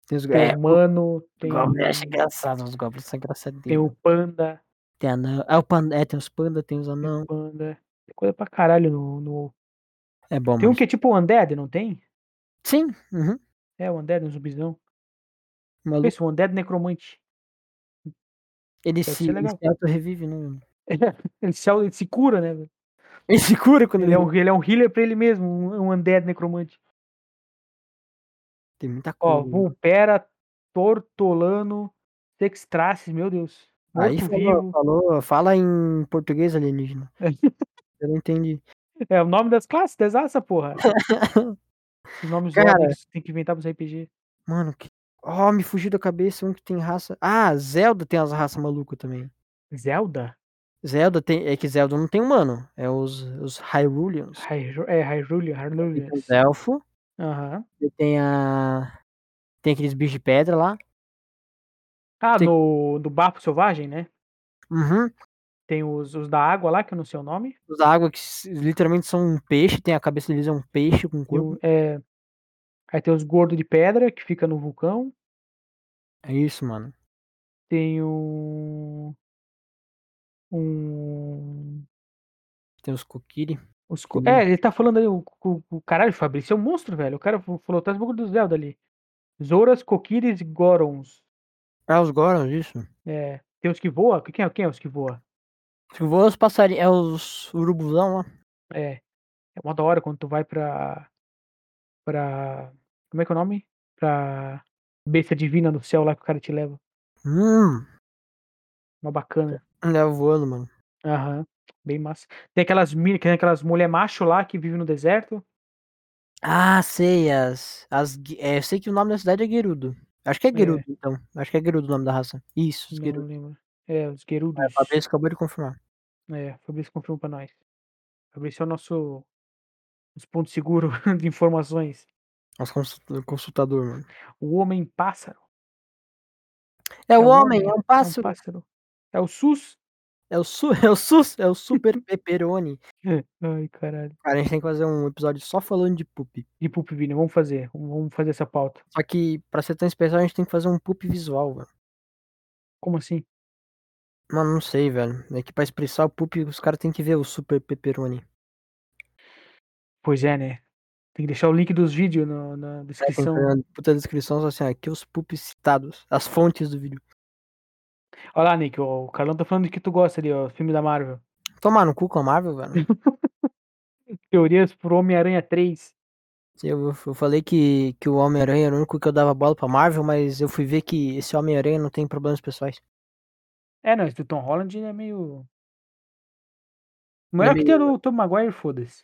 [SPEAKER 2] Tem os
[SPEAKER 1] tem
[SPEAKER 2] é, um
[SPEAKER 1] Humano, tem,
[SPEAKER 2] Goblin, eu acho engraçado, os Goblins são engraçadinhos.
[SPEAKER 1] tem o
[SPEAKER 2] velho.
[SPEAKER 1] Panda.
[SPEAKER 2] Tem anão. É, o pan, é, tem os panda, tem os
[SPEAKER 1] Tem o
[SPEAKER 2] anão.
[SPEAKER 1] Panda. Tem coisa pra caralho no. no-
[SPEAKER 2] É bom,
[SPEAKER 1] Tem um
[SPEAKER 2] mano.
[SPEAKER 1] que é tipo Undead, não tem?
[SPEAKER 2] Sim, uhum.
[SPEAKER 1] É, o Undead, um zumbizão.
[SPEAKER 2] Maluco,
[SPEAKER 1] Pensa, o Undead Necromante.
[SPEAKER 2] ele
[SPEAKER 1] deve
[SPEAKER 2] se,
[SPEAKER 1] ser
[SPEAKER 2] ele
[SPEAKER 1] legal.
[SPEAKER 2] se auto-revive, né? mano?
[SPEAKER 1] Ele se, ele se cura, né? velho?
[SPEAKER 2] Ele se cura quando ele.
[SPEAKER 1] Ele é, um, ele é um healer pra ele mesmo, um, um Undead Necromante.
[SPEAKER 2] Tem muita
[SPEAKER 1] Ó,
[SPEAKER 2] coisa. mano.
[SPEAKER 1] Vulpera, Tortolano, Textraces, meu Deus.
[SPEAKER 2] Aí
[SPEAKER 1] Morto
[SPEAKER 2] falou,
[SPEAKER 1] vivo.
[SPEAKER 2] falou, fala em português [LAUGHS] alienígena. Eu não entendi.
[SPEAKER 1] É o nome das classes, das raças,
[SPEAKER 2] [LAUGHS]
[SPEAKER 1] porra. Os nomes
[SPEAKER 2] Cara.
[SPEAKER 1] nórdicos tem que inventar pros RPG.
[SPEAKER 2] Mano, que. Ó, me fugiu da cabeça um que tem raça. Ah, Zelda tem as raças malucas também.
[SPEAKER 1] Zelda?
[SPEAKER 2] Zelda tem. É que Zelda não tem humano. É os, os Hyruleans.
[SPEAKER 1] Hyru- É, Hyrule,
[SPEAKER 2] Tem
[SPEAKER 1] Hyrule.
[SPEAKER 2] os elfos.
[SPEAKER 1] Aham.
[SPEAKER 2] Tem a. Tem aqueles bichos de pedra lá.
[SPEAKER 1] Ah,
[SPEAKER 2] Tem-
[SPEAKER 1] no, do Bafo Selvagem, né?
[SPEAKER 2] Uhum.
[SPEAKER 1] Tem os, os da água lá, que eu não sei o nome.
[SPEAKER 2] Os da água que s- literalmente são um peixe. Tem a cabeça deles é um peixe com
[SPEAKER 1] E
[SPEAKER 2] corpo.
[SPEAKER 1] o- é, Aí tem os gordos de pedra, que fica no vulcão.
[SPEAKER 2] É isso, mano.
[SPEAKER 1] Tem um. Um.
[SPEAKER 2] Tem os Kokiri.
[SPEAKER 1] Os... co-
[SPEAKER 2] Sim.
[SPEAKER 1] É, ele tá falando ali, o, o, o caralho, Fabrício, é um monstro, velho. O cara fa- falou, tá bagulho do Zelda ali. Zoras, Kokiris e Gorons.
[SPEAKER 2] Ah, os Gorons, isso.
[SPEAKER 1] É, tem os que voam? Quem é, quem é os que voam?
[SPEAKER 2] Acho que voa os passarinhos. É os urubuzão lá.
[SPEAKER 1] É, é mó da hora quando tu vai pra. pra. Como é que é o nome? Pra. Besta divina no céu lá que o cara te leva.
[SPEAKER 2] Hum.
[SPEAKER 1] Uma bacana.
[SPEAKER 2] Andava voando, mano.
[SPEAKER 1] Aham. Bem massa. Tem aquelas minas, tem aquelas mulher macho lá que vivem no deserto.
[SPEAKER 2] Ah, sei. As. as gui- é, eu sei que o nome da cidade é Gerudo. Acho que é Gerudo, então. Acho que é Gerudo o nome da raça. Isso, os
[SPEAKER 1] Não
[SPEAKER 2] Gerudo.
[SPEAKER 1] lembro. É, os Gerudos.
[SPEAKER 2] É, o Fabrício acabou de confirmar.
[SPEAKER 1] É, Fabrício confirma pra nós. Fabrício é o nosso. Os pontos seguros [LAUGHS] de informações.
[SPEAKER 2] Nosso consul- consultador, mano.
[SPEAKER 1] O homem pássaro.
[SPEAKER 2] É, o
[SPEAKER 1] um
[SPEAKER 2] homem, é um
[SPEAKER 1] é um
[SPEAKER 2] pássaro.
[SPEAKER 1] pássaro. É o SUS.
[SPEAKER 2] É o, su, [LAUGHS] é o SUS, é o Super Pepperoni.
[SPEAKER 1] Ai, caralho.
[SPEAKER 2] Cara, a gente tem que fazer um episódio só falando de poop.
[SPEAKER 1] E Pup Vini, vamos fazer. Vamos fazer essa pauta.
[SPEAKER 2] Só que, pra ser tão especial, a gente tem que fazer um poop visual, velho.
[SPEAKER 1] Como assim?
[SPEAKER 2] Mano, não sei, velho. É que pra expressar o poop, os caras têm que ver o Super Pepperoni.
[SPEAKER 1] Pois é, né? Tem que deixar o link dos vídeos na, na
[SPEAKER 2] É, tem que
[SPEAKER 1] descrição.
[SPEAKER 2] fazer uma puta descrição, só assim, ó, aqui os poops citados, as fontes do vídeo.
[SPEAKER 1] Olha lá, Nick, ó, o Carlão tá falando do que tu gosta ali, ó. Filme da Marvel.
[SPEAKER 2] Tomar no cu com a Marvel, velho.
[SPEAKER 1] Teorias por Homem-Aranha 3.
[SPEAKER 2] Eu, eu falei que, que o Homem-Aranha era o único que eu dava bola pra Marvel, mas eu fui ver que esse Homem-Aranha não tem problemas pessoais.
[SPEAKER 1] É, não, esse do Tom Holland ele é meio. Melhor
[SPEAKER 2] Ele é
[SPEAKER 1] que tem o Tom Maguire, foda-se.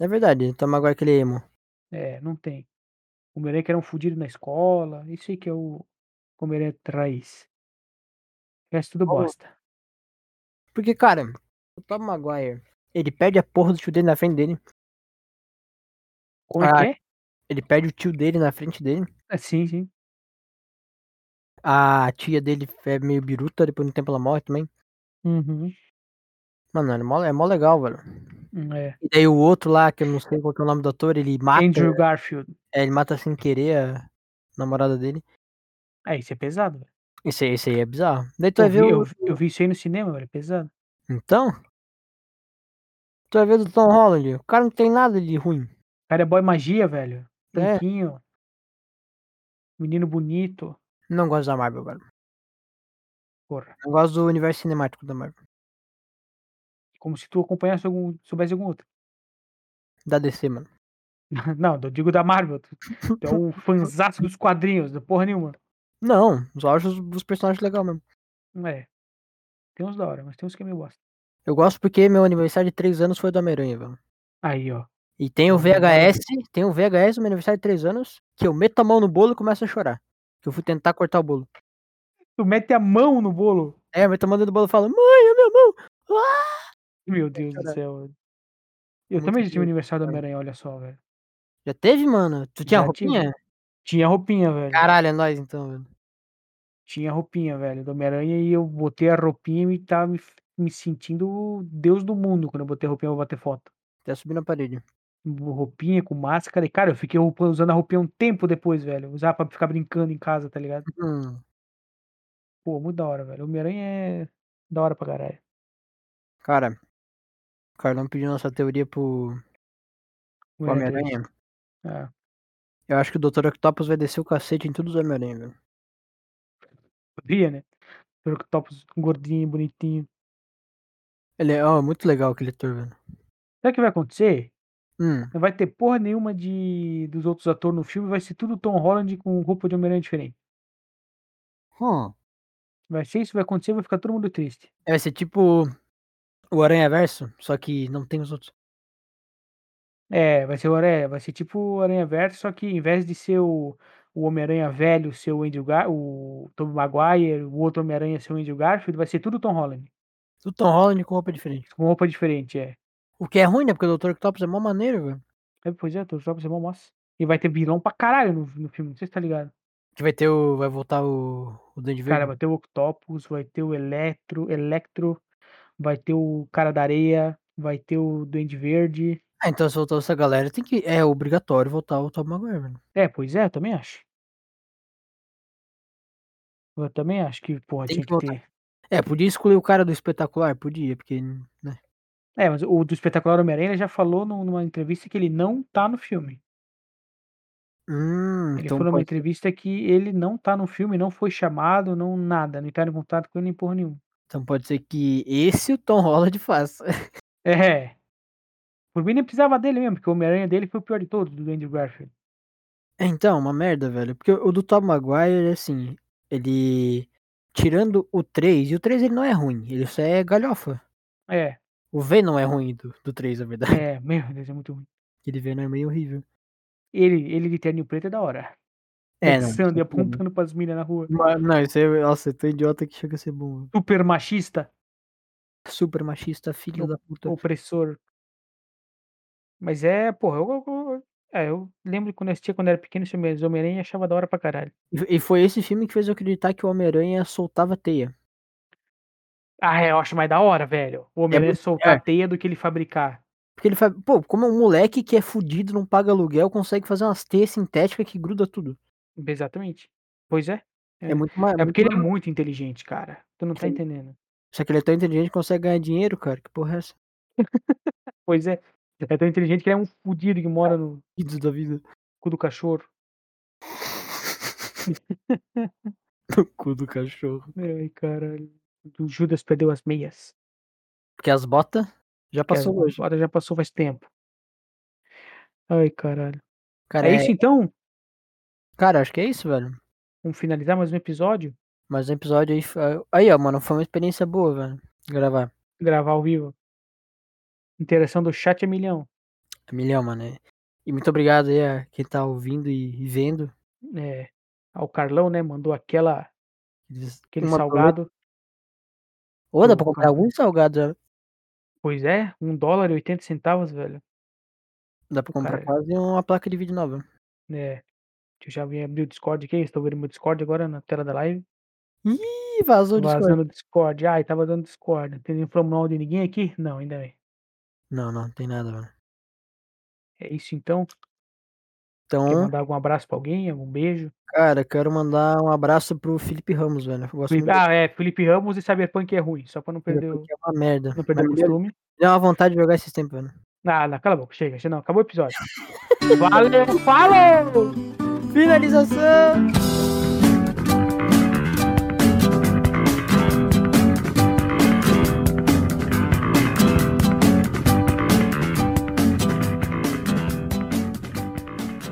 [SPEAKER 2] É verdade, toma agora aquele emo.
[SPEAKER 1] É, não tem. O Homem-Aranha que era um fudido na escola. Isso aí que é o Homem-Aranha raiz. O resto é tudo
[SPEAKER 2] Ó,
[SPEAKER 1] bosta.
[SPEAKER 2] Porque, cara, o Tom Maguire, ele perde a porra do tio dele na frente dele.
[SPEAKER 1] Como é
[SPEAKER 2] ah,
[SPEAKER 1] que é?
[SPEAKER 2] Ele perde o tio dele na frente dele.
[SPEAKER 1] é? Sim, sim.
[SPEAKER 2] A tia dele é meio biruta, depois de um tempo ela morre também.
[SPEAKER 1] Uhum.
[SPEAKER 2] Mano, é mó, é mó legal, velho.
[SPEAKER 1] É.
[SPEAKER 2] E daí o outro lá, que eu não sei qual que é o nome do ator, ele mata.
[SPEAKER 1] Andrew Garfield.
[SPEAKER 2] É, ele mata sem querer a namorada dele.
[SPEAKER 1] Ah, isso é pesado, velho.
[SPEAKER 2] Esse, aí- esse aí é bizarro. Daí tu
[SPEAKER 1] Eu,
[SPEAKER 2] vai
[SPEAKER 1] vi-
[SPEAKER 2] ver
[SPEAKER 1] eu
[SPEAKER 2] o...
[SPEAKER 1] vi- eu vi isso aí no cinema, velho. É pesado.
[SPEAKER 2] Então? Tu vai ver do Tom Holland. O cara não tem nada de ruim.
[SPEAKER 1] O cara é boy magia, velho.
[SPEAKER 2] É.
[SPEAKER 1] Tanquinho. Menino bonito.
[SPEAKER 2] Não gosto da Marvel, velho.
[SPEAKER 1] Porra.
[SPEAKER 2] Não gosto do universo cinemático da Marvel.
[SPEAKER 1] Como se tu acompanhasse algum. soubesse algum outro.
[SPEAKER 2] Da DC, mano.
[SPEAKER 1] [LAUGHS] Não, eu digo da Marvel. Tu, tu é
[SPEAKER 2] [LAUGHS]
[SPEAKER 1] o fanzaço dos quadrinhos, da porra nenhuma.
[SPEAKER 2] Não, só acho os, os personagens legais mesmo.
[SPEAKER 1] É. Tem uns da hora, mas tem uns que é meio bosta.
[SPEAKER 2] Eu gosto porque meu aniversário de 3 anos foi do Homem-Aranha, velho.
[SPEAKER 1] Aí, ó.
[SPEAKER 2] E tem o
[SPEAKER 1] Não, não vai.
[SPEAKER 2] VHS, tem o VHS do meu aniversário de 3 anos, que eu meto a mão no bolo e começo a chorar. Que eu fui tentar cortar o bolo.
[SPEAKER 1] Tu mete a mão no bolo.
[SPEAKER 2] É, eu meto a mão dentro do bolo e falo, mãe, é minha mão!
[SPEAKER 1] Meu Deus do
[SPEAKER 2] É, Cara,
[SPEAKER 1] céu. Eu
[SPEAKER 2] muito
[SPEAKER 1] também já tive
[SPEAKER 2] doido,
[SPEAKER 1] aniversário do
[SPEAKER 2] cara.
[SPEAKER 1] Homem-Aranha, olha só, velho.
[SPEAKER 2] Já teve, mano? Tu tinha
[SPEAKER 1] Já tive.
[SPEAKER 2] roupinha?
[SPEAKER 1] Tinha roupinha, velho.
[SPEAKER 2] Caralho, é nóis então, velho.
[SPEAKER 1] Tinha roupinha, velho, do Homem-Aranha e eu botei a roupinha e me tava me, f- me sentindo o Deus do mundo quando eu botei a roupinha pra bater foto.
[SPEAKER 2] Até subir na parede.
[SPEAKER 1] Com Roupinha com máscara, e cara, eu fiquei roupa- usando a roupinha um tempo depois, velho. Usava pra ficar brincando em casa, tá ligado?
[SPEAKER 2] Hum.
[SPEAKER 1] Pô, muito da hora, velho. Homem-Aranha é da hora pra caralho.
[SPEAKER 2] Cara, o Carlão pediu nossa teoria pro pro
[SPEAKER 1] Homem-Aranha três.
[SPEAKER 2] Homem-Aranha.
[SPEAKER 1] Ah,
[SPEAKER 2] Eu acho que o Dr. Octopus vai descer o cacete em tudo os Homem-Aranha, velho.
[SPEAKER 1] podia, né? Pelo que topos gordinho, bonitinho.
[SPEAKER 2] Ele é ó, muito legal aquele ator, velho.
[SPEAKER 1] Sabe o que vai acontecer?
[SPEAKER 2] Hum.
[SPEAKER 1] Não vai ter porra nenhuma de dos outros atores no filme, vai ser tudo Tom Holland com roupa de Homem-Aranha diferente.
[SPEAKER 2] Hum.
[SPEAKER 1] Vai ser isso, vai acontecer, vai ficar todo mundo triste.
[SPEAKER 2] Vai ser tipo o Aranha Verso, só que não tem os outros.
[SPEAKER 1] É, vai ser o Aranha, vai ser tipo o Aranha Verso, só que em vez de ser o, o Homem-Aranha velho, ser o Andrew Gar o Tobey Maguire, o outro Homem-Aranha ser o Andrew Garfield, vai ser tudo Tom Holland,
[SPEAKER 2] O Tom Holland com roupa diferente.
[SPEAKER 1] com roupa diferente, é.
[SPEAKER 2] O que é ruim, né? Porque o Dr. Octopus é mó maneiro, velho.
[SPEAKER 1] é pois é, todos os jogos é bom, nossa. E vai ter vilão pra caralho no, no filme, não sei se tá ligado.
[SPEAKER 2] Que vai ter o. Vai voltar o. O Duende
[SPEAKER 1] Cara,
[SPEAKER 2] Verde.
[SPEAKER 1] vai ter o Octopus, vai ter o Electro, Electro, vai ter o Cara da Areia, vai ter o Duende Verde.
[SPEAKER 2] Ah, então se voltar essa galera, tem que. É obrigatório voltar o Tom Maguire, velho.
[SPEAKER 1] É, pois é, eu também acho. Eu também acho que, porra,
[SPEAKER 2] Tem
[SPEAKER 1] tinha
[SPEAKER 2] que
[SPEAKER 1] que
[SPEAKER 2] voltar.
[SPEAKER 1] ter.
[SPEAKER 2] É, podia excluir o cara do espetacular? Podia, porque. né?
[SPEAKER 1] É, mas o do Espetacular Homem-Aranha ele já falou num- numa entrevista que ele não tá no filme.
[SPEAKER 2] Hum,
[SPEAKER 1] Ele
[SPEAKER 2] então
[SPEAKER 1] falou numa
[SPEAKER 2] pode ser.
[SPEAKER 1] entrevista que ele não tá no filme, não foi chamado, não nada, não entraram em contato com ele nem porra nenhuma.
[SPEAKER 2] Então pode ser que esse o Tom Holland [LAUGHS] faça.
[SPEAKER 1] É. Por mim nem precisava dele mesmo, porque o Homem-Aranha dele foi o pior de todos, do Andrew Garfield.
[SPEAKER 2] É, Então, uma merda, velho. Porque o do Tom Maguire, assim, ele. Tirando o 3, e o 3 ele não é ruim, ele só é galhofa.
[SPEAKER 1] É,
[SPEAKER 2] O V não é ruim do, do 3, na verdade.
[SPEAKER 1] é, meu Deus, é muito ruim.
[SPEAKER 2] Aquele V não é meio horrível.
[SPEAKER 1] Ele, ele de terno preto é da hora.
[SPEAKER 2] É, não.
[SPEAKER 1] Dançando e
[SPEAKER 2] isso é bom.
[SPEAKER 1] apontando pras minas na rua.
[SPEAKER 2] Mas, não, isso aí, nossa, é tão idiota que chega a ser bom.
[SPEAKER 1] Super machista,
[SPEAKER 2] Super machista, filho da puta.
[SPEAKER 1] opressor. Mas é, porra, eu, eu- eu- é, eu lembro quando eu assistia quando era pequeno, chamei os Homem-Aranha e achava da hora pra caralho.
[SPEAKER 2] E e foi esse filme que fez eu acreditar que o Homem-Aranha soltava teia.
[SPEAKER 1] Ah, é, eu acho mais da hora, velho. O Homem-Aranha
[SPEAKER 2] É muito
[SPEAKER 1] soltar
[SPEAKER 2] melhor.
[SPEAKER 1] teia do que ele fabricar.
[SPEAKER 2] Porque ele faz. Pô, como é um moleque que é fudido, não paga aluguel, consegue fazer umas teias sintéticas que gruda tudo.
[SPEAKER 1] Exatamente. Pois é.
[SPEAKER 2] É, muito mais.
[SPEAKER 1] É porque ele é muito inteligente, cara. Tu não tá
[SPEAKER 2] Sim.
[SPEAKER 1] entendendo.
[SPEAKER 2] Só que ele é tão inteligente que consegue ganhar dinheiro, cara. Que porra é [LAUGHS] essa?
[SPEAKER 1] Pois é. É tão inteligente que ele é um fudido que mora no
[SPEAKER 2] Fudido da vida.
[SPEAKER 1] cu do cachorro.
[SPEAKER 2] No cu do cachorro.
[SPEAKER 1] Ai, caralho. O Judas perdeu as meias.
[SPEAKER 2] Porque as botas já
[SPEAKER 1] Que
[SPEAKER 2] passou
[SPEAKER 1] as-
[SPEAKER 2] hoje.
[SPEAKER 1] Agora já passou faz tempo. Ai, caralho.
[SPEAKER 2] Cara,
[SPEAKER 1] é isso então?
[SPEAKER 2] Cara, acho que é isso, velho.
[SPEAKER 1] Vamos finalizar mais um episódio?
[SPEAKER 2] Mas o episódio aí. foi- Aí, ó, mano, foi uma experiência boa, velho. Gravar.
[SPEAKER 1] Gravar ao vivo. Interação do chat é milhão.
[SPEAKER 2] É milhão, mano. é. E muito obrigado aí a quem tá ouvindo e e vendo.
[SPEAKER 1] É, ao Carlão, né? Mandou aquela,
[SPEAKER 2] Eles-
[SPEAKER 1] aquele
[SPEAKER 2] uma paleta-
[SPEAKER 1] salgado.
[SPEAKER 2] Ô, dá
[SPEAKER 1] pro
[SPEAKER 2] pra comprar
[SPEAKER 1] campo.
[SPEAKER 2] algum salgado, né?
[SPEAKER 1] Pois é, um dólar e 80 centavos, velho.
[SPEAKER 2] dá pra comprar
[SPEAKER 1] Cara.
[SPEAKER 2] quase uma placa de vídeo nova.
[SPEAKER 1] É. Deixa eu já vir abrir o Discord aqui. Estou vendo meu Discord agora na tela da live.
[SPEAKER 2] Ih, vazou o Discord.
[SPEAKER 1] Vazando o Discord. Ai, tava dando Discord. Tem nem falando mal de ninguém aqui? Não, ainda bem.
[SPEAKER 2] Não, não, tem nada, mano.
[SPEAKER 1] É isso então. Quer
[SPEAKER 2] Então,
[SPEAKER 1] mandar algum abraço pra alguém? Algum beijo?
[SPEAKER 2] cara, quero mandar um abraço pro Felipe Ramos, velho. Eu gosto muito
[SPEAKER 1] Ah, é. Felipe Ramos e Cyberpunk é ruim. Só pra não
[SPEAKER 2] dele,
[SPEAKER 1] perder, o-
[SPEAKER 2] porque é uma merda.
[SPEAKER 1] não perder o
[SPEAKER 2] Mas me deu-
[SPEAKER 1] costume.
[SPEAKER 2] me deu uma vontade de jogar esses tempos, velho.
[SPEAKER 1] Ah, não, cala a boca. Chega, chega. Não, acabou o episódio. Valeu, falou!
[SPEAKER 2] Finalização!